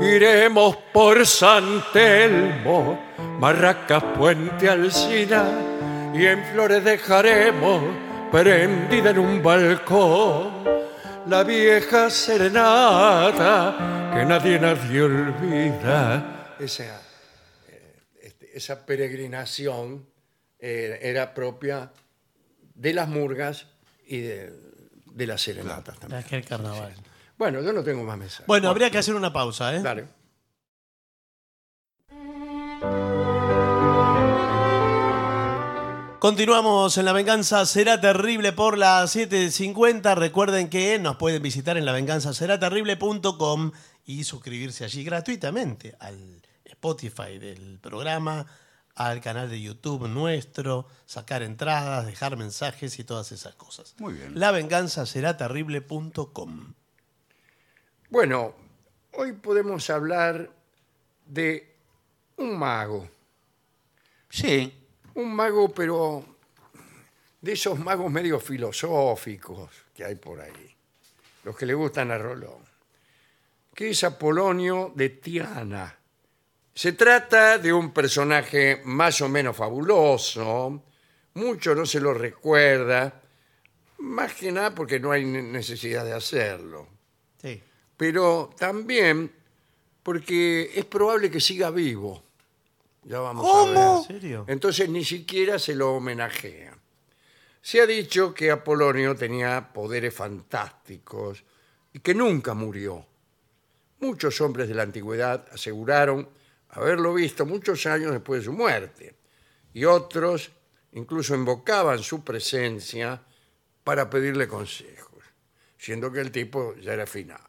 Iremos por San Telmo, Barracas, Puente Alcina, y en flores dejaremos prendida en un balcón la vieja serenata que nadie nadie olvida. Esa, eh, este, esa peregrinación eh, era propia de las murgas y de, de las serenatas también. Aquel carnaval. Bueno, yo no tengo más mensajes. Bueno, habría que hacer una pausa, ¿eh? Dale. Continuamos en La Venganza Será Terrible por las 7.50. Recuerden que nos pueden visitar en lavenganzaseraterrible.com y suscribirse allí gratuitamente al Spotify del programa, al canal de YouTube nuestro, sacar entradas, dejar mensajes y todas esas cosas. Muy bien. Lavenganzaseraterrible.com. Bueno, hoy podemos hablar de un mago. Sí. Un mago, pero de esos magos medio filosóficos que hay por ahí. Los que le gustan a Rolón. Que es Apolonio de Tiana. Se trata de un personaje más o menos fabuloso. Mucho no se lo recuerda. Más que nada porque no hay ne- necesidad de hacerlo Sí. pero también porque es probable que siga vivo. Ya vamos ¿Cómo? a ver. ¿En serio? Entonces ni siquiera se lo homenajea. Se ha dicho que Apolonio tenía poderes fantásticos y que nunca murió. Muchos hombres de la antigüedad aseguraron haberlo visto muchos años después de su muerte y otros incluso invocaban su presencia para pedirle consejos, siendo que el tipo ya era finado.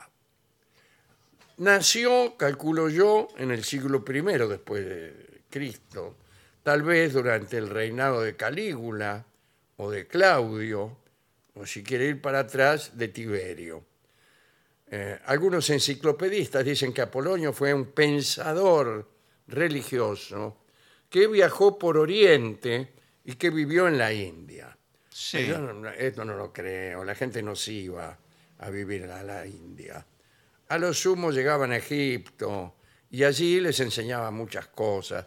Nació, calculo yo, en el siglo I después de Cristo, tal vez durante el reinado de Calígula o de Claudio, o si quiere ir para atrás, de Tiberio. Eh, algunos enciclopedistas dicen que Apolonio fue un pensador religioso que viajó por Oriente y que vivió en la India. Sí. Yo no- no- esto no lo creo. La gente no se iba a vivir a la India. A lo sumo llegaban a Egipto y allí les enseñaban muchas cosas.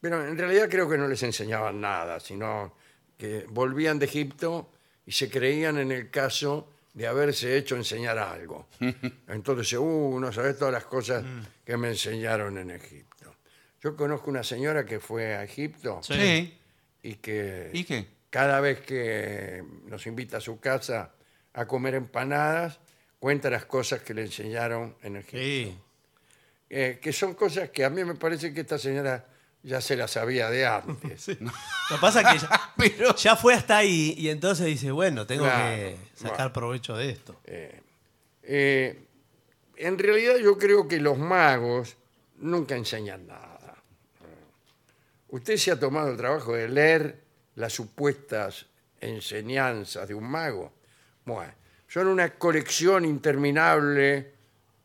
Pero en realidad creo que no les enseñaban nada, sino que volvían de Egipto y se creían en el caso de haberse hecho enseñar algo. Entonces, uh, no sabes todas las cosas Mm. que me enseñaron en Egipto. Yo conozco una señora que fue a Egipto Sí. Sí. y que ¿Y qué? cada vez que nos invita a su casa a comer empanadas, cuenta las cosas que le enseñaron en Egipto. Sí. Eh, que son cosas que a mí me parece que esta señora ya se las sabía de antes. Lo que pasa es que ya, ya fue hasta ahí y entonces dice, bueno, tengo Claro, que sacar bueno. provecho de esto. Eh, en realidad yo creo que los magos nunca enseñan nada. ¿Usted se ha tomado el trabajo de leer las supuestas enseñanzas de un mago? Bueno, son una colección interminable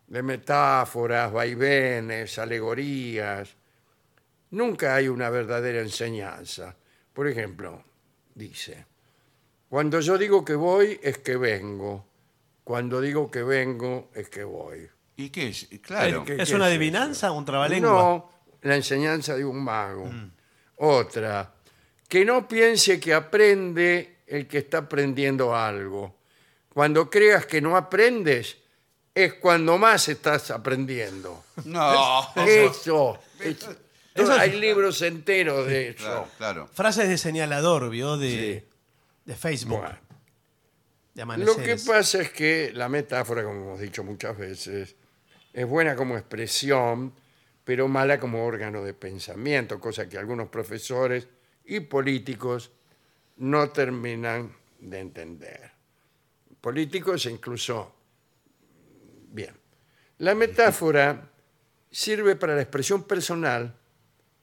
de metáforas, vaivenes, alegorías. Nunca hay una verdadera enseñanza. Por ejemplo, dice, cuando yo digo que voy es que vengo. Cuando digo que vengo es que voy. ¿Y qué es? Claro. Es que- ¿Es qué una es adivinanza o un trabalengua? No, la enseñanza de un mago. Otra, que no piense que aprende el que está aprendiendo algo. Cuando creas que no aprendes, es cuando más estás aprendiendo. No. Eso. es- Eso es- hay libros enteros de eso. Claro, claro. Frases de señalador, ¿vio? De, de Facebook. Bueno. de Lo que amaneceres. pasa es que la metáfora, como hemos dicho muchas veces, es buena como expresión, pero mala como órgano de pensamiento, cosa que algunos profesores y políticos no terminan de entender. Políticos e incluso... Bien. La metáfora sirve para la expresión personal,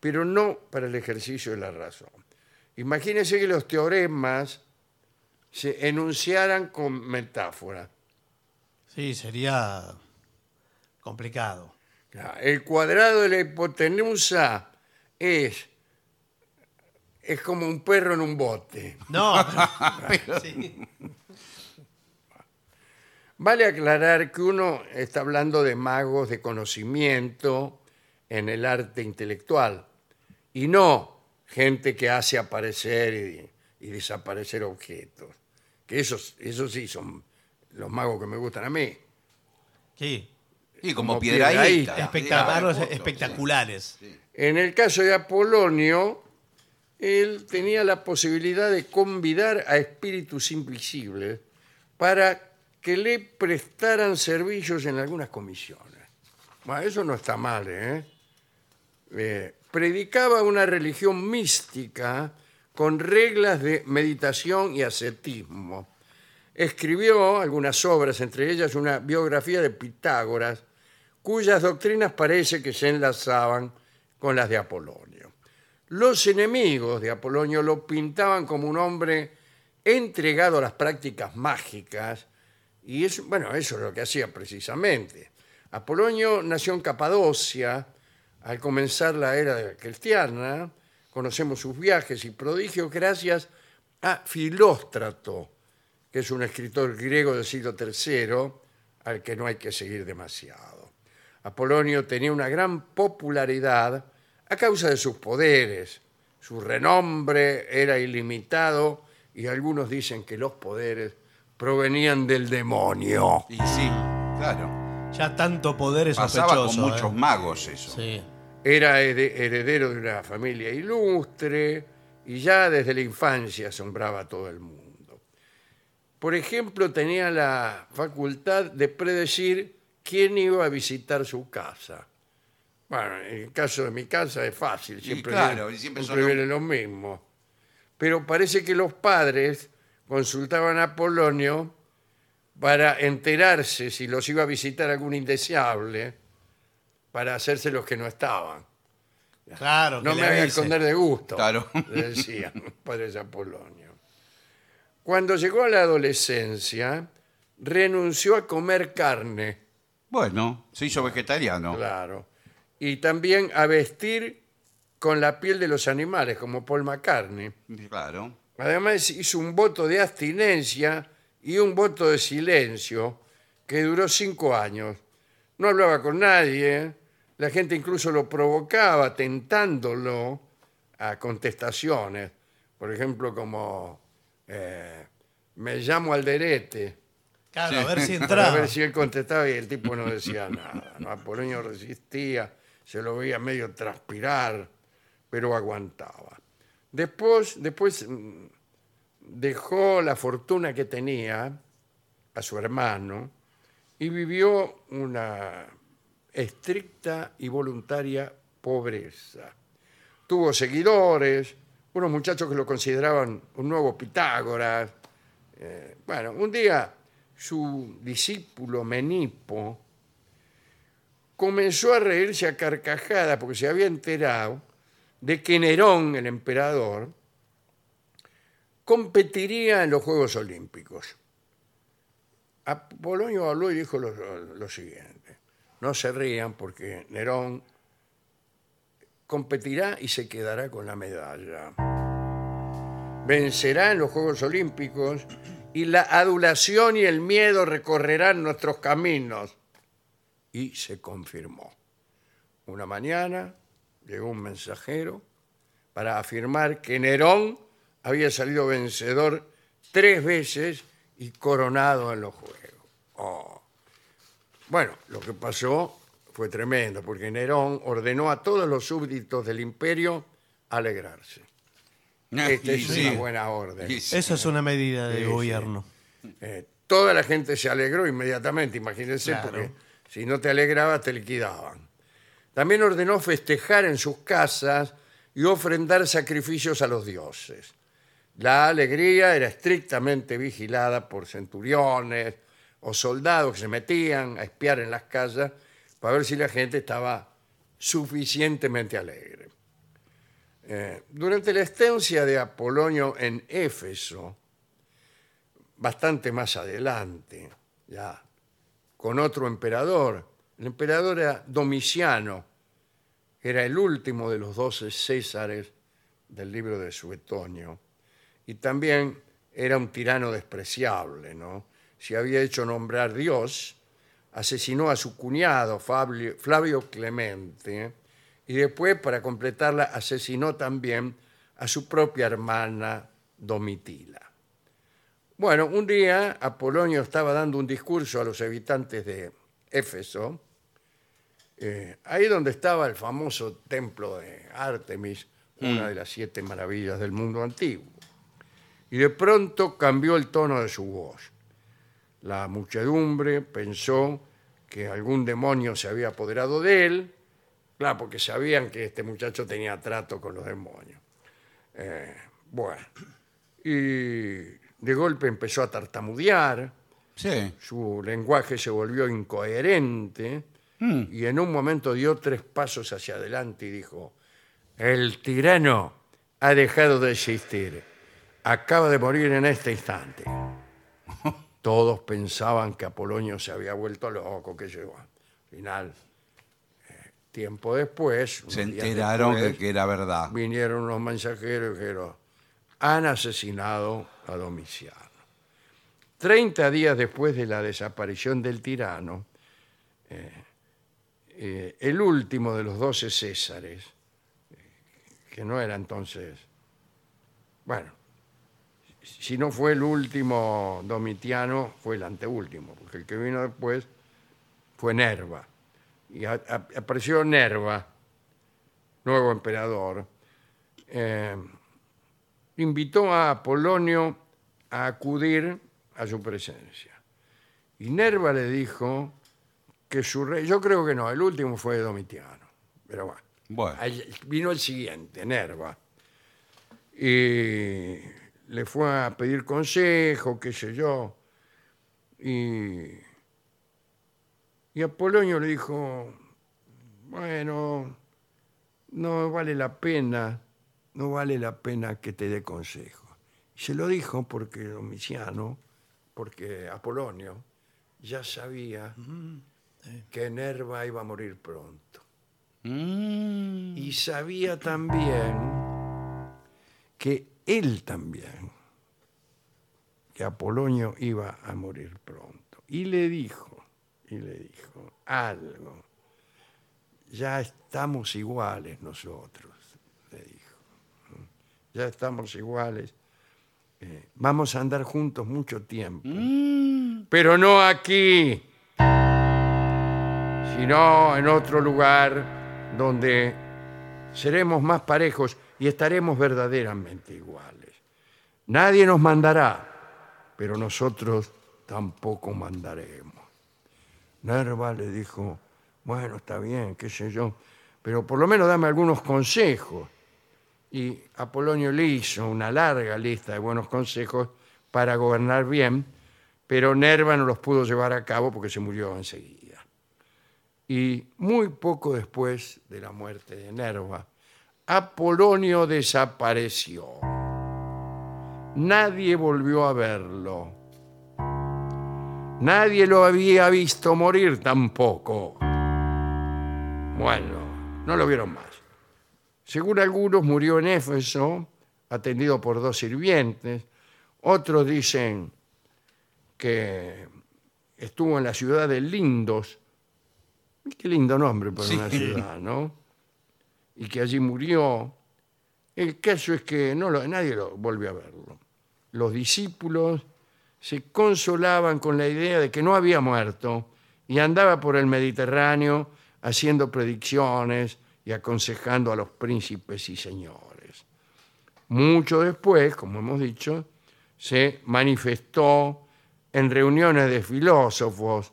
pero no para el ejercicio de la razón. Imagínense que los teoremas se enunciaran con metáfora. Sí, sería complicado. Ah, El cuadrado de la hipotenusa es, es como un perro en un bote. No, pero- sí. Vale aclarar que uno está hablando de magos de conocimiento en el arte intelectual y no gente que hace aparecer y, y desaparecer objetos. Que esos, esos sí son los magos que me gustan a mí. Sí. Y como, Como piedraíta. piedrahíta. Espectaculares, Sí, espectaculares. En el caso de Apolonio, él tenía la posibilidad de convidar a espíritus invisibles para que le prestaran servicios en algunas comisiones. Bueno, eso no está mal, ¿eh? Eh, Predicaba una religión mística con reglas de meditación y ascetismo. Escribió algunas obras, entre ellas una biografía de Pitágoras, cuyas doctrinas parece que se enlazaban con las de Apolonio. los enemigos de Apolonio lo pintaban como un hombre entregado a las prácticas mágicas y es, bueno, eso es lo que hacía precisamente. Apolonio nació en Capadocia al comenzar la era cristiana, conocemos sus viajes y prodigios gracias a Filóstrato, que es un escritor griego del siglo III al que no hay que seguir demasiado. Apolonio tenía una gran popularidad a causa de sus poderes. Su renombre era ilimitado y algunos dicen que los poderes provenían del demonio. Y sí, claro. Ya tanto poder es Pasaba con sospechoso, muchos ¿eh? magos eso. Sí. Era hede- heredero de una familia ilustre y ya desde la infancia asombraba a todo el mundo. Por ejemplo, tenía la facultad de predecir quién iba a visitar su casa. Bueno, en el caso de mi casa es fácil, siempre, claro, viene- y siempre siempre son un- viene lo mismo. Pero parece que los padres consultaban a Polonio para enterarse si los iba a visitar algún indeseable para hacerse los que no estaban. Claro, que No le me voy a avise. esconder de gusto. Claro. Le decían padres Apolonio. Cuando llegó a la adolescencia, renunció a comer carne, Bueno, se hizo vegetariano. claro, y también a vestir con la piel de los animales, como Paul McCartney. Claro. Además hizo un voto de abstinencia y un voto de silencio que duró cinco años. No hablaba con nadie, la gente incluso lo provocaba tentándolo a contestaciones, por ejemplo como eh, me llamo Alderete, Claro, a ver si para entraba. ver si él contestaba y el tipo no decía nada. ¿no? Apolonio resistía, se lo veía medio transpirar, pero aguantaba. Después, después mm, dejó la fortuna que tenía a su hermano y vivió una estricta y voluntaria pobreza. Tuvo seguidores, unos muchachos que lo consideraban un nuevo Pitágoras. Eh, bueno, un día su discípulo Menipo comenzó a reírse a carcajadas porque se había enterado de que Nerón, el emperador, competiría en los Juegos Olímpicos. Apolonio habló y dijo lo, lo- lo siguiente, no se rían porque Nerón competirá y se quedará con la medalla. Vencerá en los Juegos Olímpicos y la adulación y el miedo recorrerán nuestros caminos. Y se confirmó. Una mañana llegó un mensajero para afirmar que Nerón había salido vencedor tres veces y coronado en los Juegos. Oh. Bueno, lo que pasó fue tremendo, porque Nerón ordenó a todos los súbditos del imperio alegrarse. Esta Y Este, es sí. una buena orden. Y sí. Eso es una medida de Sí, sí. gobierno. Eh, toda la gente se alegró inmediatamente, imagínense, Claro. porque si no te alegrabas te liquidaban. También ordenó festejar en sus casas y ofrendar sacrificios a los dioses. La alegría era estrictamente vigilada por centuriones o soldados que se metían a espiar en las casas para ver si la gente estaba suficientemente alegre. Eh, durante la estancia de Apolonio en Éfeso, bastante más adelante, ya con otro emperador. El emperador era Domiciano, que era el último de los doce Césares del libro de Suetonio, y también era un tirano despreciable, ¿no? Se había hecho nombrar Dios, asesinó a su cuñado Fabli- Flavio Clemente, y después, para completarla, asesinó también a su propia hermana Domitila. Bueno, un día Apolonio estaba dando un discurso a los habitantes de Éfeso, eh, ahí donde estaba el famoso templo de Artemis, una de las siete maravillas del mundo antiguo. Y de pronto cambió el tono de su voz. La muchedumbre pensó que algún demonio se había apoderado de él, claro, porque sabían que este muchacho tenía trato con los demonios. Eh, bueno, y de golpe empezó a tartamudear, Sí. su lenguaje se volvió Hmm. incoherente y en un momento dio tres pasos hacia adelante y dijo, El tirano ha dejado de existir. Acaba de morir en este instante. Todos pensaban que Apolonio se había vuelto loco, que llegó. Al final, eh, tiempo después, Se unos días enteraron después, de que era verdad. vinieron los mensajeros y dijeron, han asesinado a Domiciano. Treinta días después de la desaparición del tirano, eh, eh, el último de los doce césares, eh, que no era entonces, bueno, si no fue el último Domitiano, fue el anteúltimo, porque el que vino después fue Nerva. Y a- a- apareció Nerva, nuevo emperador, eh, invitó a Apolonio a acudir a su presencia. Y Nerva le dijo que su rey, yo creo que no, el último fue Domitiano, pero bueno. Bueno. Ahí Vino el siguiente, Nerva. Y le fue a pedir consejo, qué sé yo. Y, y Apolonio le dijo, bueno, no vale la pena, no vale la pena que te dé consejo. Y se lo dijo porque Domiciano, porque Apolonio, ya sabía que Nerva iba a morir pronto. Mm. Y sabía también que él también, que Apolonio iba a morir pronto. Y le dijo, y le dijo algo. Ya estamos iguales nosotros, le dijo. Ya estamos iguales. Eh, vamos a andar juntos mucho tiempo. Pero no aquí sino en otro lugar donde seremos más parejos y estaremos verdaderamente iguales. Nadie nos mandará, pero nosotros tampoco mandaremos. Nerva le dijo, bueno, está bien, qué sé yo, pero por lo menos dame algunos consejos. Y Apolonio le hizo una larga lista de buenos consejos para gobernar bien, pero Nerva no los pudo llevar a cabo porque se murió enseguida y muy poco después de la muerte de Nerva, Apolonio desapareció. Nadie volvió a verlo. Nadie lo había visto morir tampoco. Bueno, no lo vieron más. Según algunos, murió en Éfeso, atendido por dos sirvientes. Otros dicen que estuvo en la ciudad de Lindos, Qué lindo nombre para Sí. una ciudad, ¿no? Y que allí murió. El caso es que no lo- nadie lo volvió a verlo. Los discípulos se consolaban con la idea de que no había muerto y andaba por el Mediterráneo haciendo predicciones y aconsejando a los príncipes y señores. Mucho después, como hemos dicho, se manifestó en reuniones de filósofos,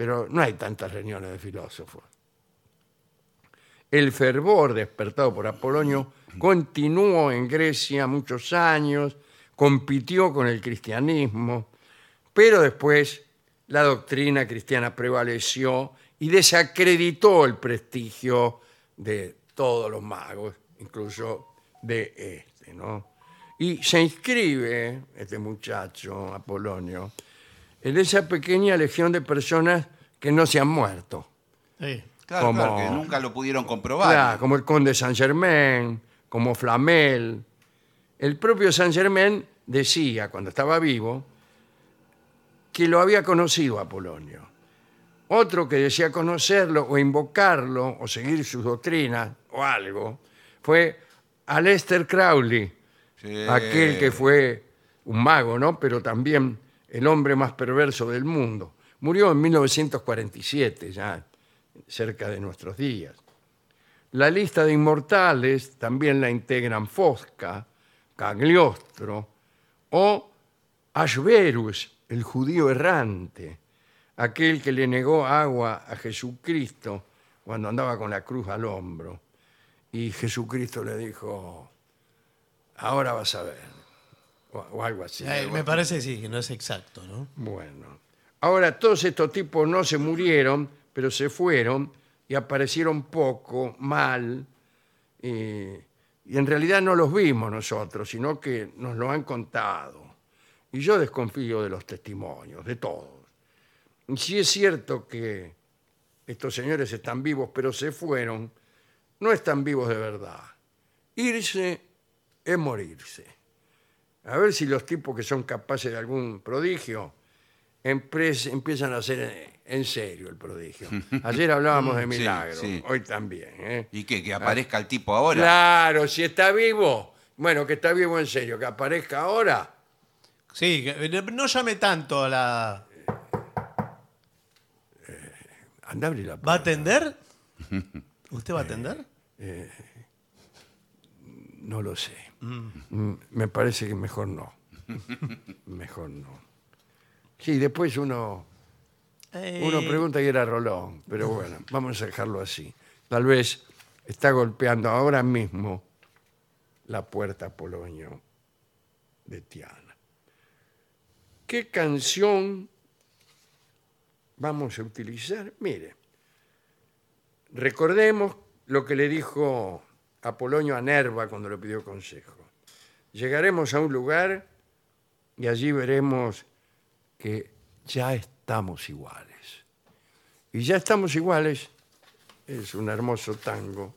pero no hay tantas reuniones de filósofos. El fervor despertado por Apolonio continuó en Grecia muchos años, compitió con el cristianismo, pero después la doctrina cristiana prevaleció y desacreditó el prestigio de todos los magos, incluso de este, ¿no? Y se inscribe este muchacho, Apolonio, en esa pequeña legión de personas que no se han muerto. Sí. Claro, Como- claro, que nunca lo pudieron comprobar. Claro, como el conde Saint Germain, como Flamel. El propio Saint Germain decía, cuando estaba vivo, que lo había conocido a Polonio. Otro que decía conocerlo o invocarlo o seguir sus doctrinas o algo fue Aleister Crowley, Sí. aquel Eh. que fue un mago, ¿no? Pero también el hombre más perverso del mundo. Murió en 1947, ya cerca de nuestros días. La lista de inmortales también la integran Fosca, Cagliostro o Ashverus, el judío errante, aquel que le negó agua a Jesucristo cuando andaba con la cruz al hombro. Y Jesucristo le dijo, ahora vas a ver, o, o algo así. Eh, me parece que sí, que no es exacto, ¿no? Bueno, ahora todos estos tipos no se murieron, pero se fueron y aparecieron poco, mal, Y, Eh, y en realidad no los vimos nosotros, sino que nos lo han contado. Y yo desconfío de los testimonios, de todos. Y si es cierto que estos señores están vivos, pero se fueron, no están vivos de verdad. Irse es morirse. A ver si los tipos que son capaces de algún prodigio empres- empiezan a hacer en serio el prodigio. Ayer hablábamos de Mm, sí, milagros, sí. hoy también. ¿eh? ¿Y qué? ¿Que aparezca el tipo ahora? Claro, si está vivo, bueno, que está vivo en serio, que aparezca ahora. Sí, que- eh, no llame tanto a la. Anda a abrir la ¿Va a puerta. atender? ¿Usted va a atender? No lo sé. Mm, Me parece que mejor no. mejor no. Sí, después uno, uno Eh, pregunta y era Rolón, pero bueno, vamos a dejarlo así. Tal vez está golpeando ahora mismo la puerta a Polonio de Tiana. ¿Qué canción vamos a utilizar? Mire, recordemos lo que le dijo Apolonio a Nerva cuando le pidió consejo. Llegaremos a un lugar y allí veremos que ya estamos iguales. Y ya estamos iguales es un hermoso tango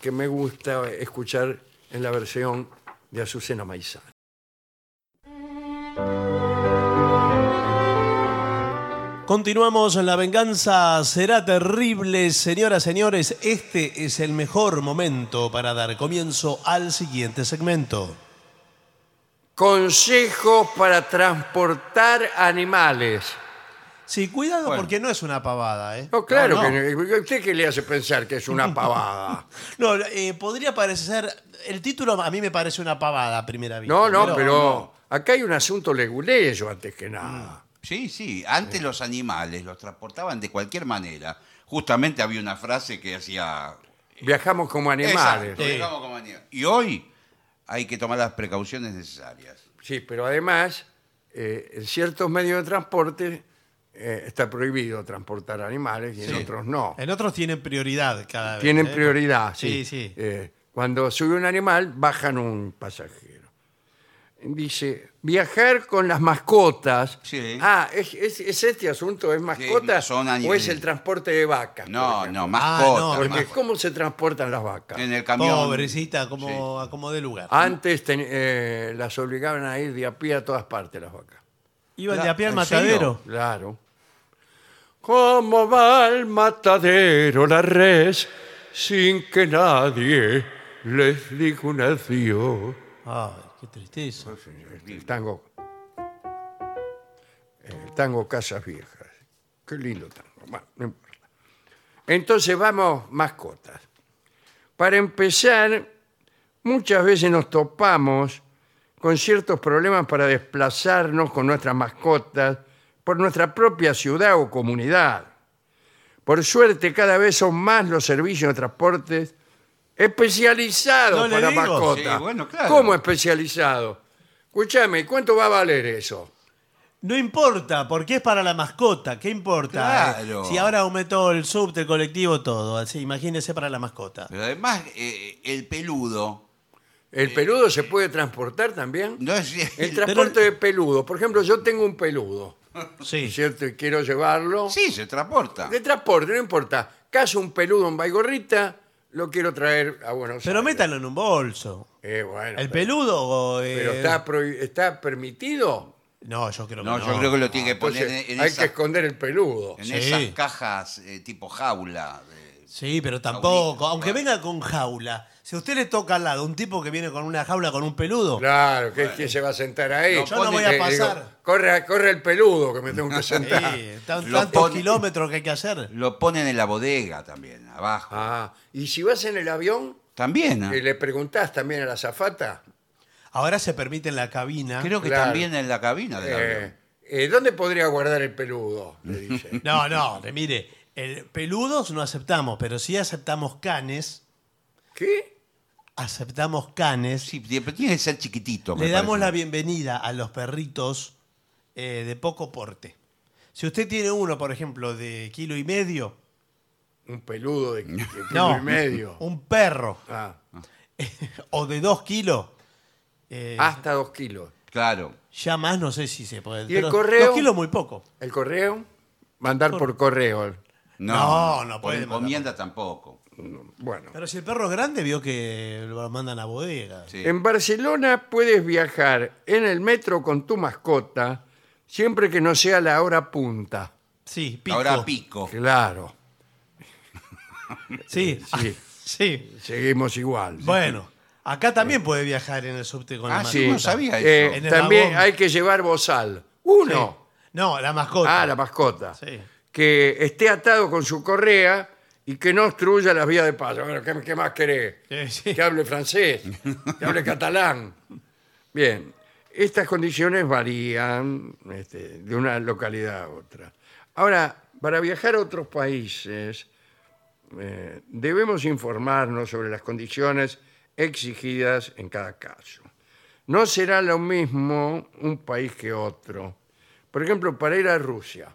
que me gusta escuchar en la versión de Azucena Maizán. Continuamos en La Venganza Será Terrible. Señoras, señores, este es el mejor momento para dar comienzo al siguiente segmento. Consejos para transportar animales. Sí, cuidado Bueno. porque no es una pavada, ¿eh? No, claro No, no. que no. ¿Usted qué le hace pensar que es una pavada? No, eh, podría parecer. El título a mí me parece una pavada a primera vista. No, no, pero acá hay un asunto leguleyo antes que nada. Sí, sí. Antes los animales los transportaban de cualquier manera. Justamente había una frase que hacía... Viajamos como animales. Exacto, Sí. digamos como animales. Y hoy hay que tomar las precauciones necesarias. Sí, pero además, eh, en ciertos medios de transporte eh, está prohibido transportar animales y en Sí. Eh, otros no. En otros tienen prioridad cada vez. Tienen ¿eh? prioridad, sí. Sí, sí. Eh, cuando sube un animal, bajan un pasajero. Dice, viajar con las mascotas. Sí. Ah, es, es- es este asunto, ¿es mascotas son o animales. es el transporte de vacas? No, por ejemplo? no, mascotas. no, Porque mascotas. ¿cómo se transportan las vacas? En el camión. Pobrecita, como, a como de lugar. Antes ten- eh, las obligaban a ir de a pie a todas partes las vacas. Iban de la- a pie al ¿en matadero. Claro. ¿Cómo va al matadero la res sin que nadie les diga un adiós? Ay, qué tristeza. El tango. El eh, tango Casas Viejas. Qué lindo tango. Bueno, no importa. Entonces vamos, mascotas. Para empezar, muchas veces nos topamos con ciertos problemas para desplazarnos con nuestras mascotas por nuestra propia ciudad o comunidad. Por suerte, cada vez son más los servicios de transportes especializados No le para digo. mascotas. Sí, bueno, claro. ¿Cómo especializado? Escúchame, ¿cuánto va a valer eso? No importa, porque es para la mascota, ¿qué importa? Claro. Si ahora aumentó el subte, el colectivo, todo, así, imagínese para la mascota. Pero además, eh, el peludo. ¿El Eh, peludo se puede transportar también? No es, El transporte de peludo. Por ejemplo, yo tengo un peludo, Sí. ¿cierto? Y quiero llevarlo. sí, se transporta. De transporte, no importa. Caso un peludo en Baigorrita, lo quiero traer a Buenos Pero Aires. métalo en un bolso. Eh, bueno, ¿El pero- peludo o.? eh, ¿Pero está, prohi- está permitido? No, yo creo que No, no. yo creo que lo tiene que poner Ah, Entonces, en, en hay esa- que esconder el peludo. en Sí. esas cajas eh, tipo jaula. de- Sí, pero tampoco. Jaulita. Aunque venga con jaula. Si a usted le toca al lado un tipo que viene con una jaula con un peludo. Claro, que que se va a sentar ahí. No, Yo no pone- voy Eh, a digo, pasar. corre, corre el peludo que me tengo que sentar. Sí, tan- Lo tantos pone- kilómetros que hay que hacer. Lo ponen en la bodega también, abajo. Ah, y si vas en el avión, También. ¿eh? Ah. eh, le preguntás también a la zafata, Ahora se permite en la cabina. Creo que Claro. también en la cabina del avión. Eh, ¿dónde podría guardar el peludo? Le dice. No, no, te- mire, el- peludos no aceptamos, pero sí aceptamos canes. ¿Qué? Aceptamos canes. Sí, pero tiene que ser chiquitito. me Le damos la parece. bienvenida a los perritos eh, de poco porte. Si usted tiene uno, por ejemplo, de kilo y medio, un peludo de, de kilo No, y medio. un perro Ah, o de dos kilos. eh, Ah. hasta dos kilos. Claro. Ya más no sé si se puede. el pero correo? Dos kilos muy poco. El correo, mandar por correo. No, No, no por puede encomienda tampoco. Bueno. Pero si el perro es grande, vio que lo mandan a bodega. Sí. En Barcelona puedes viajar en el metro con tu mascota siempre que no sea la hora punta. Sí, pico. Ahora pico. Claro, Sí, ah, sí. seguimos igual. Bueno, acá también puede viajar en el subte con la Ah, mascota. sí, no sabía eso. Eh, En el también vagón. hay que llevar bozal. Uno. No, la mascota. Ah, la mascota. Sí. Que esté atado con su correa y que no obstruya las vías de paso. Bueno, ¿qué, qué más querés? Sí, sí. Que hable francés, que hable catalán. Bien, estas condiciones varían este, de una localidad a otra. Ahora, para viajar a otros países, eh, debemos informarnos sobre las condiciones exigidas en cada caso. No será lo mismo un país que otro. Por ejemplo, para ir a Rusia.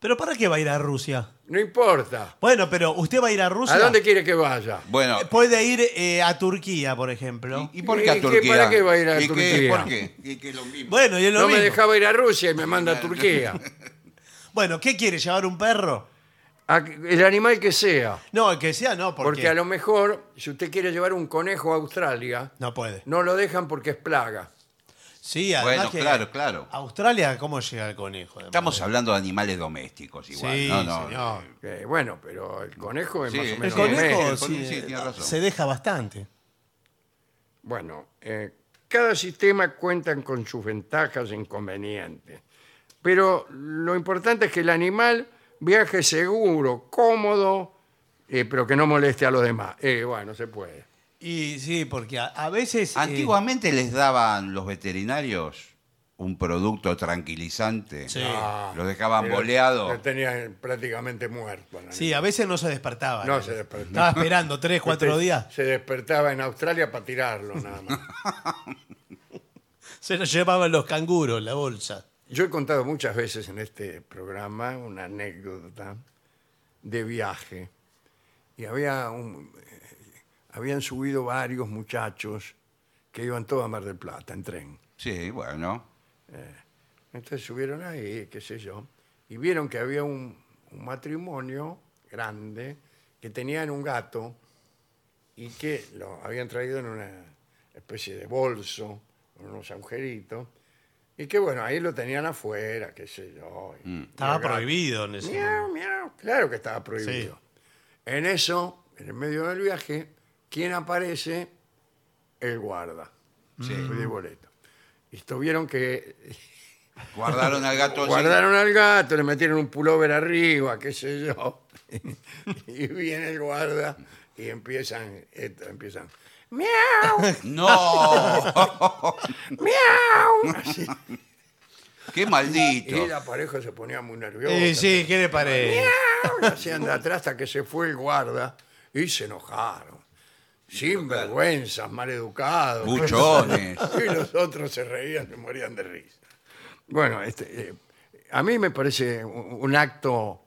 Pero ¿para qué va a ir a Rusia? No importa. Bueno, pero usted va a ir a Rusia. ¿A dónde quiere que vaya? Bueno, Eh, Puede ir eh, a Turquía, por ejemplo. ¿y por ¿Y qué a qué- Turquía? para qué va a ir a ¿Y qué- Turquía? ¿Por qué? ¿Y qué lo mismo? Bueno, y es lo No me mismo. dejaba ir a Rusia y me manda a Turquía. Bueno, ¿qué quiere? ¿Llevar un perro? A- el animal que sea. No, el que sea no, porque, Porque a lo mejor, si usted quiere llevar un conejo a Australia, no puede. no lo dejan porque es plaga. Sí, además Bueno, que claro, claro. Australia, ¿cómo llega el conejo? además? Estamos hablando de animales domésticos igual. Sí, no, no. señor. Eh, bueno, pero el conejo es Sí, más o el El menos. conejo doméstico. sí, sí, eh, sí, tiene razón. se deja bastante. Bueno, eh, cada sistema cuenta con sus ventajas e inconvenientes. Pero lo importante es que el animal viaje seguro, cómodo, eh, pero que no moleste a los demás. Eh, bueno, se puede. Y sí, porque a, a veces... eh, Antiguamente les daban los veterinarios un producto tranquilizante. Sí. Ah, Los dejaban pero boleados. Lo tenían prácticamente muerto. al sí, a veces no se despertaba. No se despertaba. Estaba esperando tres, cuatro Este, días. Se despertaba en Australia para tirarlo nada más. Se lo llevaban los canguros, la bolsa. Yo he contado muchas veces en este programa una anécdota de viaje y había un- eh, habían subido varios muchachos que iban todos a Mar del Plata en tren. Sí, bueno. Entonces subieron ahí, qué sé yo, y vieron que había un, un matrimonio grande que tenían un gato y que lo habían traído en una especie de bolso, con unos agujeritos, y que bueno, ahí lo tenían afuera, qué sé yo. y- y Estaba el gato, prohibido en ese Miau, momento. miau, claro que estaba prohibido. En eso, en el medio del viaje, ¿quién aparece? El guarda. Sí. Mm. De boleto. Y estuvieron que Guardaron al gato. Guardaron al gato, le metieron un pullover arriba, qué sé yo. y viene el guarda y empiezan, esto, empiezan. ¡Miau! ¡No! ¡Miau! Así. ¡Qué maldito! Y la pareja se ponía muy nerviosa. Eh, sí, ¿qué le parece? ¡Miau! Y Hacían de atrás hasta que se fue el guarda y se enojaron. Sin vergüenzas, maleducados. Buchones. Y los otros se reían, se morían de risa. Bueno, este, eh, a mí me parece un, un acto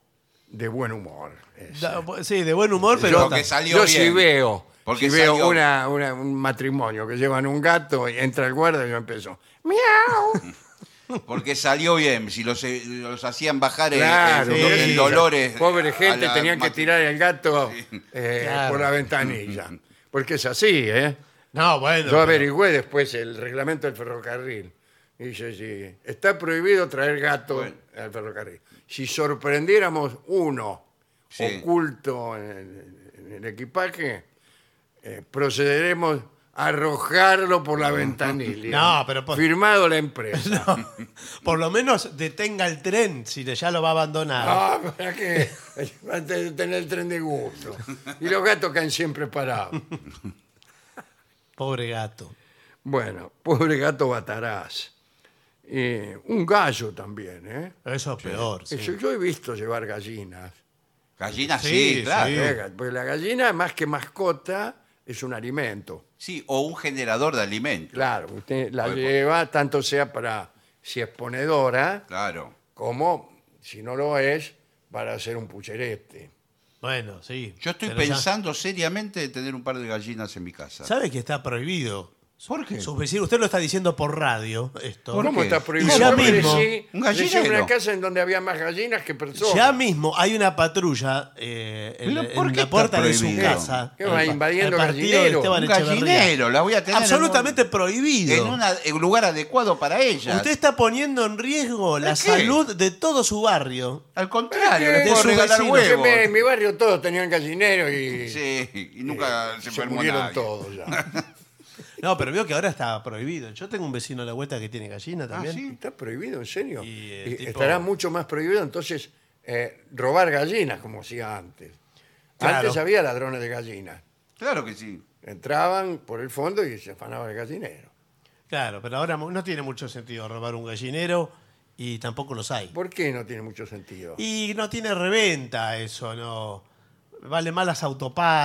de buen humor. ese. Da- Sí, de buen humor, pero... Porque salió Yo bien. sí veo. Porque si veo salió- una, una- un matrimonio que llevan un gato y entra el guarda y yo empiezo. ¡Miau! Porque salió bien. Si los, eh, los hacían bajar el- Claro, el, no el sé. eh, dolores. Pobre a gente, la tenían que matri- tirar el gato eh, Claro. por la ventanilla. Porque es así, ¿eh? No, bueno. Yo pero- averigüé después el reglamento del ferrocarril. Y Dice, sí, está prohibido traer gato al ferrocarril. Si sorprendiéramos uno Sí. oculto en el, en el equipaje, eh, procederemos a arrojarlo por la ventanilla. No, pero pues por- Firmado la empresa. Por lo menos detenga el tren si le- ya lo va a abandonar. Ah, ¿para qué? Antes de tener el tren de gusto. Y los gatos caen siempre parados. Pobre gato. Bueno, pobre gato Bataraz. Eh, un gallo también, ¿eh? Eso es peor. sí. Eso, yo he visto llevar gallinas. Gallinas, Sí, sí, sí. claro. Eh, ga- Porque la gallina, más que mascota, es un alimento. Sí, o un generador de alimentos. Claro, usted la Por- por- lleva tanto sea para si es ponedora Claro. como, si no lo es, para hacer un pucherete. Bueno, sí. Yo estoy pero ya- pensando seriamente en tener un par de gallinas en mi casa. ¿Sabe que está prohibido? ¿Por qué? Sus vecinos- usted lo está diciendo por radio, esto. ¿Por ¿Cómo qué? está prohibido? Y ya Yo mismo, crecí- un crecí en gallinero. una casa en donde había más gallinas que personas. Ya mismo hay una patrulla eh, en, Pero, en ¿por qué la está puerta de su prohibido? casa. ¿Qué va, El pa- invadiendo el partido de gallinero? Esteban Un Echeverría. gallinero, la voy a tener. en un- Absolutamente prohibido. En, una- en un lugar adecuado para ella. Usted está poniendo en riesgo la qué? salud de todo su barrio. Al contrario, Pero le que- puedo de su regalar vecino. Porque huevos. me- en mi barrio todos tenían gallinero y, Sí, y nunca se, Eh, se, enfermó murieron nadie. todos ya. No, pero veo que ahora está prohibido. Yo tengo un vecino a la vuelta que tiene gallina Ah, también. sí. Está prohibido, en serio. Y el Y tipo- Estará mucho más prohibido entonces eh, robar gallinas como hacía antes. Claro. Antes había ladrones de gallinas. Claro que sí. Entraban por el fondo y se afanaban el gallinero. Claro, pero ahora mu- no tiene mucho sentido robar un gallinero y tampoco los hay. ¿Por qué no tiene mucho sentido? Y no tiene reventa eso, no. Vale más las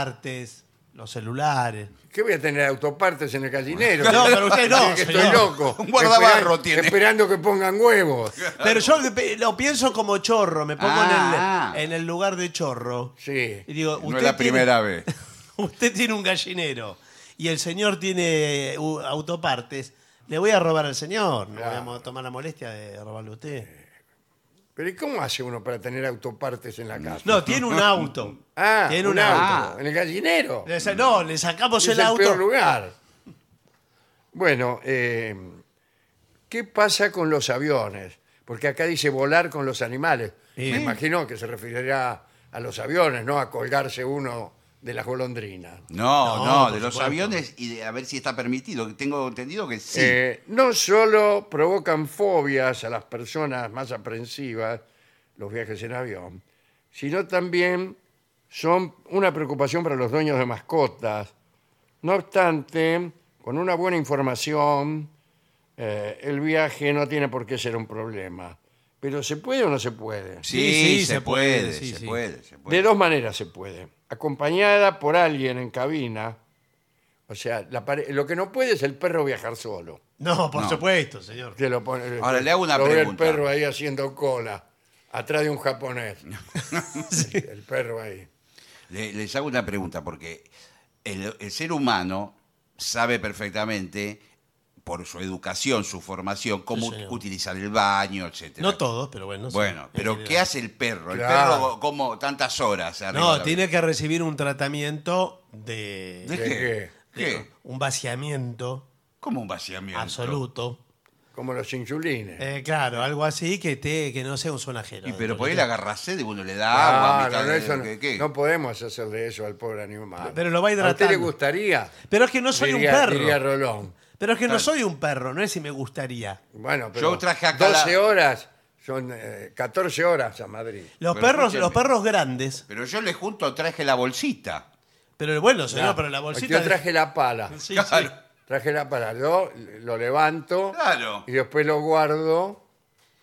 autopartes, los celulares. ¿Qué voy a tener autopartes en el gallinero? No, pero usted no, Que señor. estoy loco. Un guardabarro Esperan- tiene. Esperando que pongan huevos. Pero yo pe- lo pienso como chorro, me pongo Ah. en, el, en el lugar de chorro. Sí. Y digo, No usted es la tiene- primera vez. Usted tiene un gallinero y el señor tiene uh, autopartes. Le voy a robar al señor, no Claro. vamos a tomar la molestia de robarle a usted. Pero ¿y cómo hace uno para tener autopartes en la casa? No, tiene un auto. Ah, tiene un auto. auto. En el Ah. gallinero. Le sa- No, le sacamos Es el, el peor auto. lugar. Bueno, eh, ¿qué pasa con los aviones? Porque acá dice volar con los animales. Sí. Me imagino que se referirá a los aviones, ¿no? A colgarse uno de las golondrinas. No, No, no, por de los supuesto. aviones y de a ver si está permitido. que Tengo entendido que sí. Eh, no solo provocan fobias a las personas más aprensivas, los viajes en avión, sino también son una preocupación para los dueños de mascotas. No obstante, con una buena información, eh, el viaje no tiene por qué ser un problema. Pero ¿se puede o no se puede? sí, sí, se, se puede, puede, sí, se sí. puede, se De puede. dos maneras se puede. Acompañada por alguien en cabina. O sea, la pare- lo que no puede es el perro viajar solo. No, por No. supuesto, señor. Te lo pone- Ahora, le hago una lo ve pregunta. el perro ahí haciendo cola, atrás de un japonés. El perro ahí. Le- les hago una pregunta, porque el, el ser humano sabe perfectamente, por su educación, su formación, cómo Sí, señor. utilizar el baño, etcétera. No todos, pero bueno. sí. Eh, Bueno, En pero general. ¿qué hace el perro? El Claro. perro como tantas horas. arriba de No, la- tiene que recibir un tratamiento de, ¿De ¿De qué? qué? de- ¿Qué? un vaciamiento ¿Cómo un vaciamiento? absoluto. Como los insulines. Eh, claro, algo así que te, que no sea un sonajero. Y pero por ahí Entonces, la agarrase de uno le da Claro, agua. mitad Ah, no, de- eso no, ¿qué- qué? no podemos hacerle eso al pobre animal. Pero lo va ¿A usted le hidratando. gustaría? Pero es que no soy Diría- un perro. diría Rolón. Pero es que no soy un perro, no es si me gustaría. Bueno, pero Yo traje acá la- 12 horas, son eh, 14 horas a Madrid. Los Pero perros, escúcheme. los perros grandes. Pero yo le junto, traje la bolsita. Pero bueno, señor, No, pero la bolsita. Yo de- traje la pala. Sí, sí. Claro. Traje la pala. Yo lo levanto Claro. y después lo guardo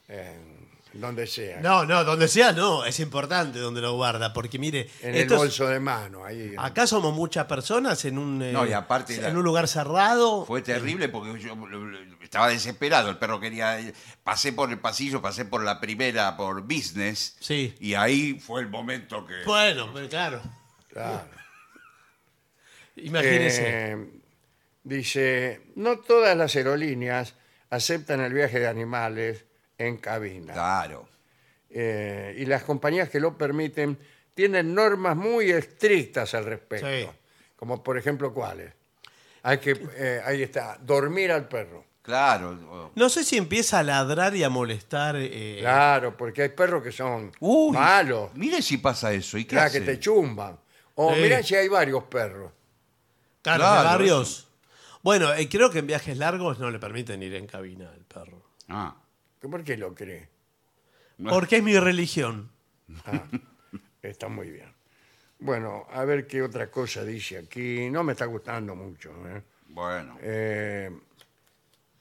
en donde sea. No, no, donde sea no, es importante donde lo guarda, porque mire, En el esto es- bolso de mano, ahí. acá somos muchas personas en un eh, No, y aparte en la- un lugar cerrado. Fue terrible porque yo lo- lo- estaba desesperado. El perro quería. Pasé por el pasillo, pasé por la primera, por business. Sí. Y ahí fue el momento que. Bueno, pero claro. Claro. Imagínese. Eh, dice, no todas las aerolíneas aceptan el viaje de animales en cabina. Claro. Eh, y las compañías que lo permiten tienen normas muy estrictas al respecto. Sí. Como por ejemplo, ¿cuáles? Hay que, eh, ahí está, dormir al perro. Claro. No sé si empieza a ladrar y a molestar. eh, Claro, porque hay perros que son Uy, malos, Mire si pasa eso. ¿Y qué claro, que hace? te chumban. O Sí. mirá si hay varios perros. Claro, Claro, de barrios. Bueno, eh, creo que en viajes largos no le permiten ir en cabina al perro. Ah. ¿Por qué lo cree? Porque es mi religión. Ah, Está muy bien. Bueno, a ver qué otra cosa dice aquí. No me está gustando mucho. ¿eh? Bueno. Eh,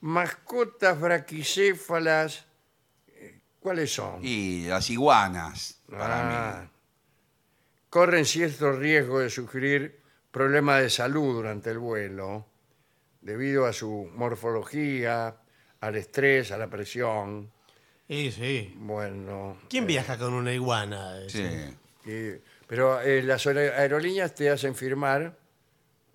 mascotas braquicéfalas, eh, ¿cuáles son? Y las iguanas. Para Ah. Corren cierto riesgo de sufrir problemas de salud durante el vuelo debido a su morfología, al estrés, a la presión. Sí, sí. Bueno, ¿Quién viaja con una iguana? mí. Sí. y Pero eh, las aer- aerolíneas te hacen firmar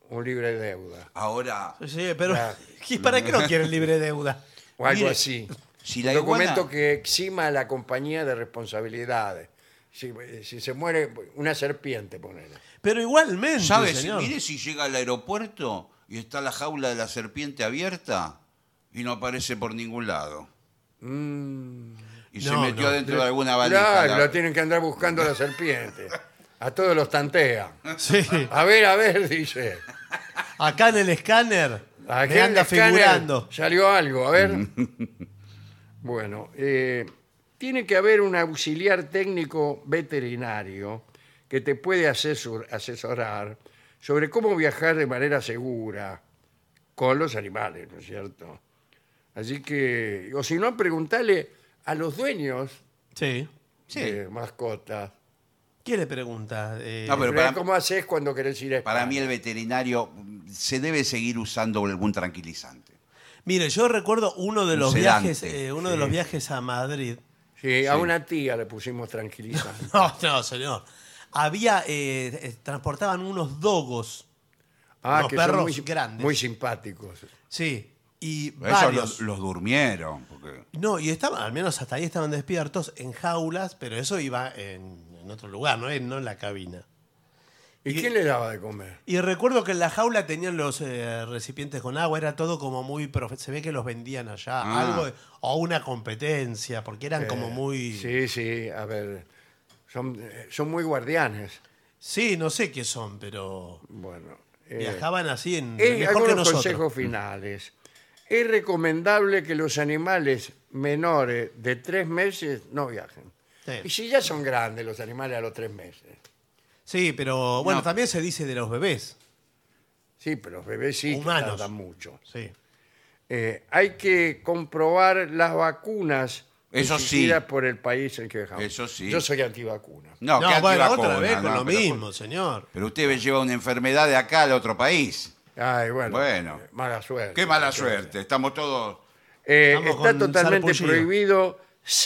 un libre deuda Ahora, Sí, pero Claro. ¿y ¿para qué no quieren libre deuda? o algo Mire, así. si la un documento iguana- que exima a la compañía de responsabilidades. Si, eh, si se muere una serpiente, ponele. Pero igualmente, ¿sabes? señor. Mire si llega al aeropuerto y está la jaula de la serpiente abierta y no aparece por ningún lado. Y se No, metió no. adentro de alguna valija. Mm, Claro, la- lo tienen que andar buscando a la serpiente. A todos los tantean. Sí. A ver, a ver, dice. Acá en el escáner Aquí me en anda el escáner figurando. Salió algo, a ver. bueno, eh, tiene que haber un auxiliar técnico veterinario que te puede asesor- asesorar sobre cómo viajar de manera segura con los animales, ¿no es cierto? Así que, o si no, preguntarle a los dueños Sí. Sí. de mascotas. ¿Qué le pregunta? Eh, No, pero- Pero para- ¿Cómo haces cuando querés ir a España? Para mí el veterinario mm, se debe seguir usando algún tranquilizante. Mire, yo recuerdo uno de Un los sedante, viajes, eh, uno de los viajes a Madrid. Sí, a una tía le pusimos tranquilizante. No, no, señor. Había, eh, eh, transportaban unos dogos, Ah, Los que perros son muy, grandes. muy simpáticos. sí, y Ellos varios. los, los durmieron. porque- No, y estaban, al menos hasta ahí estaban despiertos en jaulas, pero eso iba en, en otro lugar, ¿no? Eh, no en la cabina. ¿Y, quién le daba de comer? Y recuerdo que en la jaula tenían los eh, recipientes con agua, era todo como muy... profe- Se ve que los vendían allá, Ah. algo de- o una competencia, porque eran como muy... Sí. Eh, Sí, sí, a ver. Son, eh, son muy guardianes. no sé qué son, pero Bueno. eh, viajaban así en... eh, mejor que algunos nosotros. consejos finales. Es recomendable que los animales menores de tres meses no viajen. Sí. Y si ya son grandes los animales a los tres meses. Sí, pero bueno, No. también se dice de los bebés. Sí, pero los bebés sí que Humanos. tardan mucho. Sí. Eh, hay que comprobar las vacunas Eso sí. exigidas por el país en que viajamos. Eso sí. Yo soy antivacuna. No, No, ¿qué bueno, antivacuna? otra vez con No, lo pero- mismo, señor. Pero usted lleva una enfermedad de acá al otro país. Ay, bueno. Bueno. eh, Mala suerte. Qué mala suerte. Estamos todos. Eh, Vamos está con totalmente Sarpullido. prohibido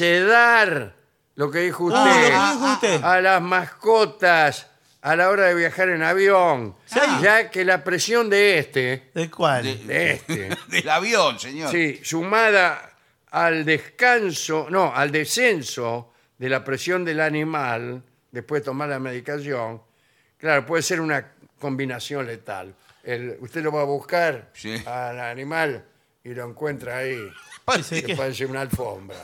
sedar lo que dijo usted. Ah, lo que dijo usted. A las mascotas a la hora de viajar en avión. Ah. Ya que la presión de este, ¿De cuál? De- de este, Del avión, señor. sí, sumada al descanso, no, al descenso de la presión del animal después de tomar la medicación, claro, puede ser una combinación letal. El- usted lo va a buscar Sí. al animal y lo encuentra ahí. Sí, Que ¿qué? parece una alfombra.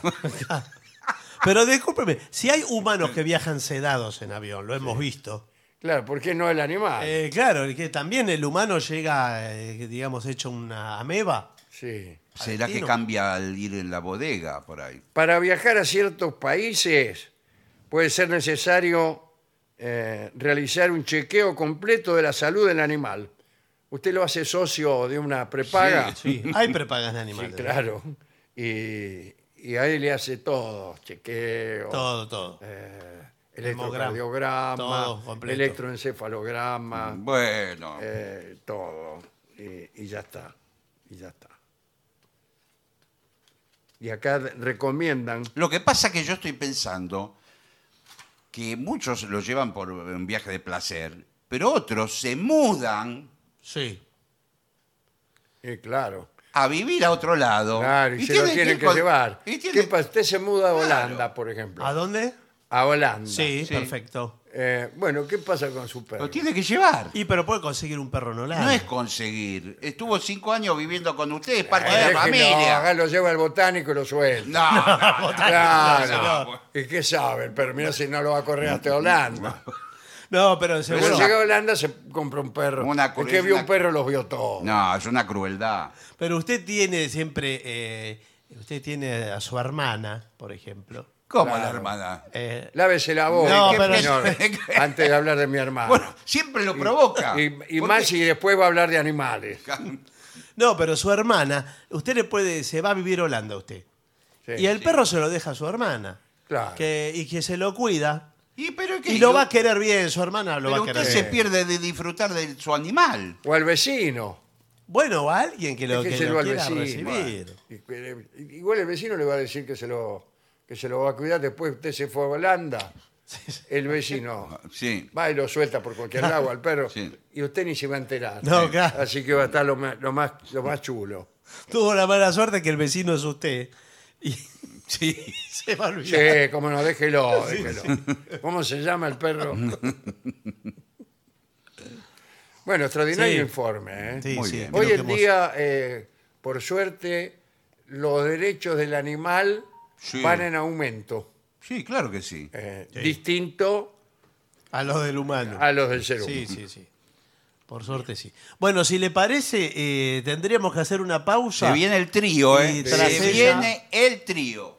Pero discúlpeme, si hay humanos que viajan sedados en avión, lo hemos visto. Claro, ¿por qué no el animal? Eh, claro, el que también el humano llega, eh, digamos, hecho una ameba. Sí. ¿Será que Argentino. cambia al ir en la bodega por ahí? Para viajar a ciertos países puede ser necesario eh, realizar un chequeo completo de la salud del animal. Usted lo hace socio de una prepaga. Sí, hay prepagas de animales. Ah. Sí, claro. Y, y ahí le hace todo, chequeo, Todo, todo. eh, Hemograma, electrocardiograma, todo completo. electroencefalograma, Bueno. Ah. eh, todo. Y, y ya está. Y ya está. Y acá de- recomiendan. Lo que pasa que yo estoy pensando que muchos lo llevan por un viaje de placer, pero otros se mudan Sí. eh, claro. a vivir a otro lado. Claro, y, se lo tienen que, ir con- llevar. y ¿Qué tienen- pasa? Usted se muda a Claro. Holanda, por ejemplo. ¿A dónde? A Holanda. Sí, Sí. perfecto. Eh, bueno, ¿qué pasa con su perro? lo tiene que llevar. Y pero puede conseguir un perro en Holanda. No es conseguir. Estuvo cinco años viviendo con usted, es parte Eh, de déjelo, la familia. acá lo lleva al botánico y lo suelta. No, no, no. Claro. no, no. ¿Y qué sabe? Pero mira si no lo va a correr hasta Holanda. No, pero seguro. Pero Pero- llega a Holanda se compra un perro. Una El cur- que vio una- un perro los vio todos. No, es una crueldad. Pero usted tiene siempre. eh, usted tiene a su hermana, por ejemplo. ¿Cómo la hermana? Eh, Lávese la boca, No, pero- señor, antes de hablar de mi hermano. Bueno, siempre lo provoca. Ah. y y ¿Por más qué? si después va a hablar de animales. no, pero su hermana. Usted le puede. Se va a vivir a Holanda usted. Sí, y el sí. perro se lo deja a su hermana. Claro. Que, y que se lo cuida. Y, pero ¿qué? Y lo va a querer bien, su hermana lo Pero va a usted querer se bien. pierde de disfrutar de su animal. O al vecino. Bueno, a alguien que lo, que Déjeselo lo al quiera vecino. recibir. Bueno, Igual el vecino le va a decir que se lo, que se lo va a cuidar. Después usted se fue a Holanda el vecino. Sí. Va y lo suelta por cualquier lado al perro. Sí. Y usted ni se va a enterar. No, claro. Así que va a estar lo más, lo más, lo más chulo. Tuvo la mala suerte que el vecino es usted. Y sí, se va a Sí, olvidar. como no, déjelo, déjelo. ¿Cómo se llama el perro? Bueno, extraordinario Sí. informe. ¿eh? Sí, Muy sí, bien. creo Hoy que en hemos- día, eh, por suerte, los derechos del animal Sí. van en aumento, Sí, claro que sí. eh, Sí. distinto A los del humano. a los del ser humano. Sí, sí, sí. Por suerte sí. Bueno, si le parece, eh, tendríamos que hacer una pausa. Se viene el trío, Y ¿eh? tras Se ella- viene el trío.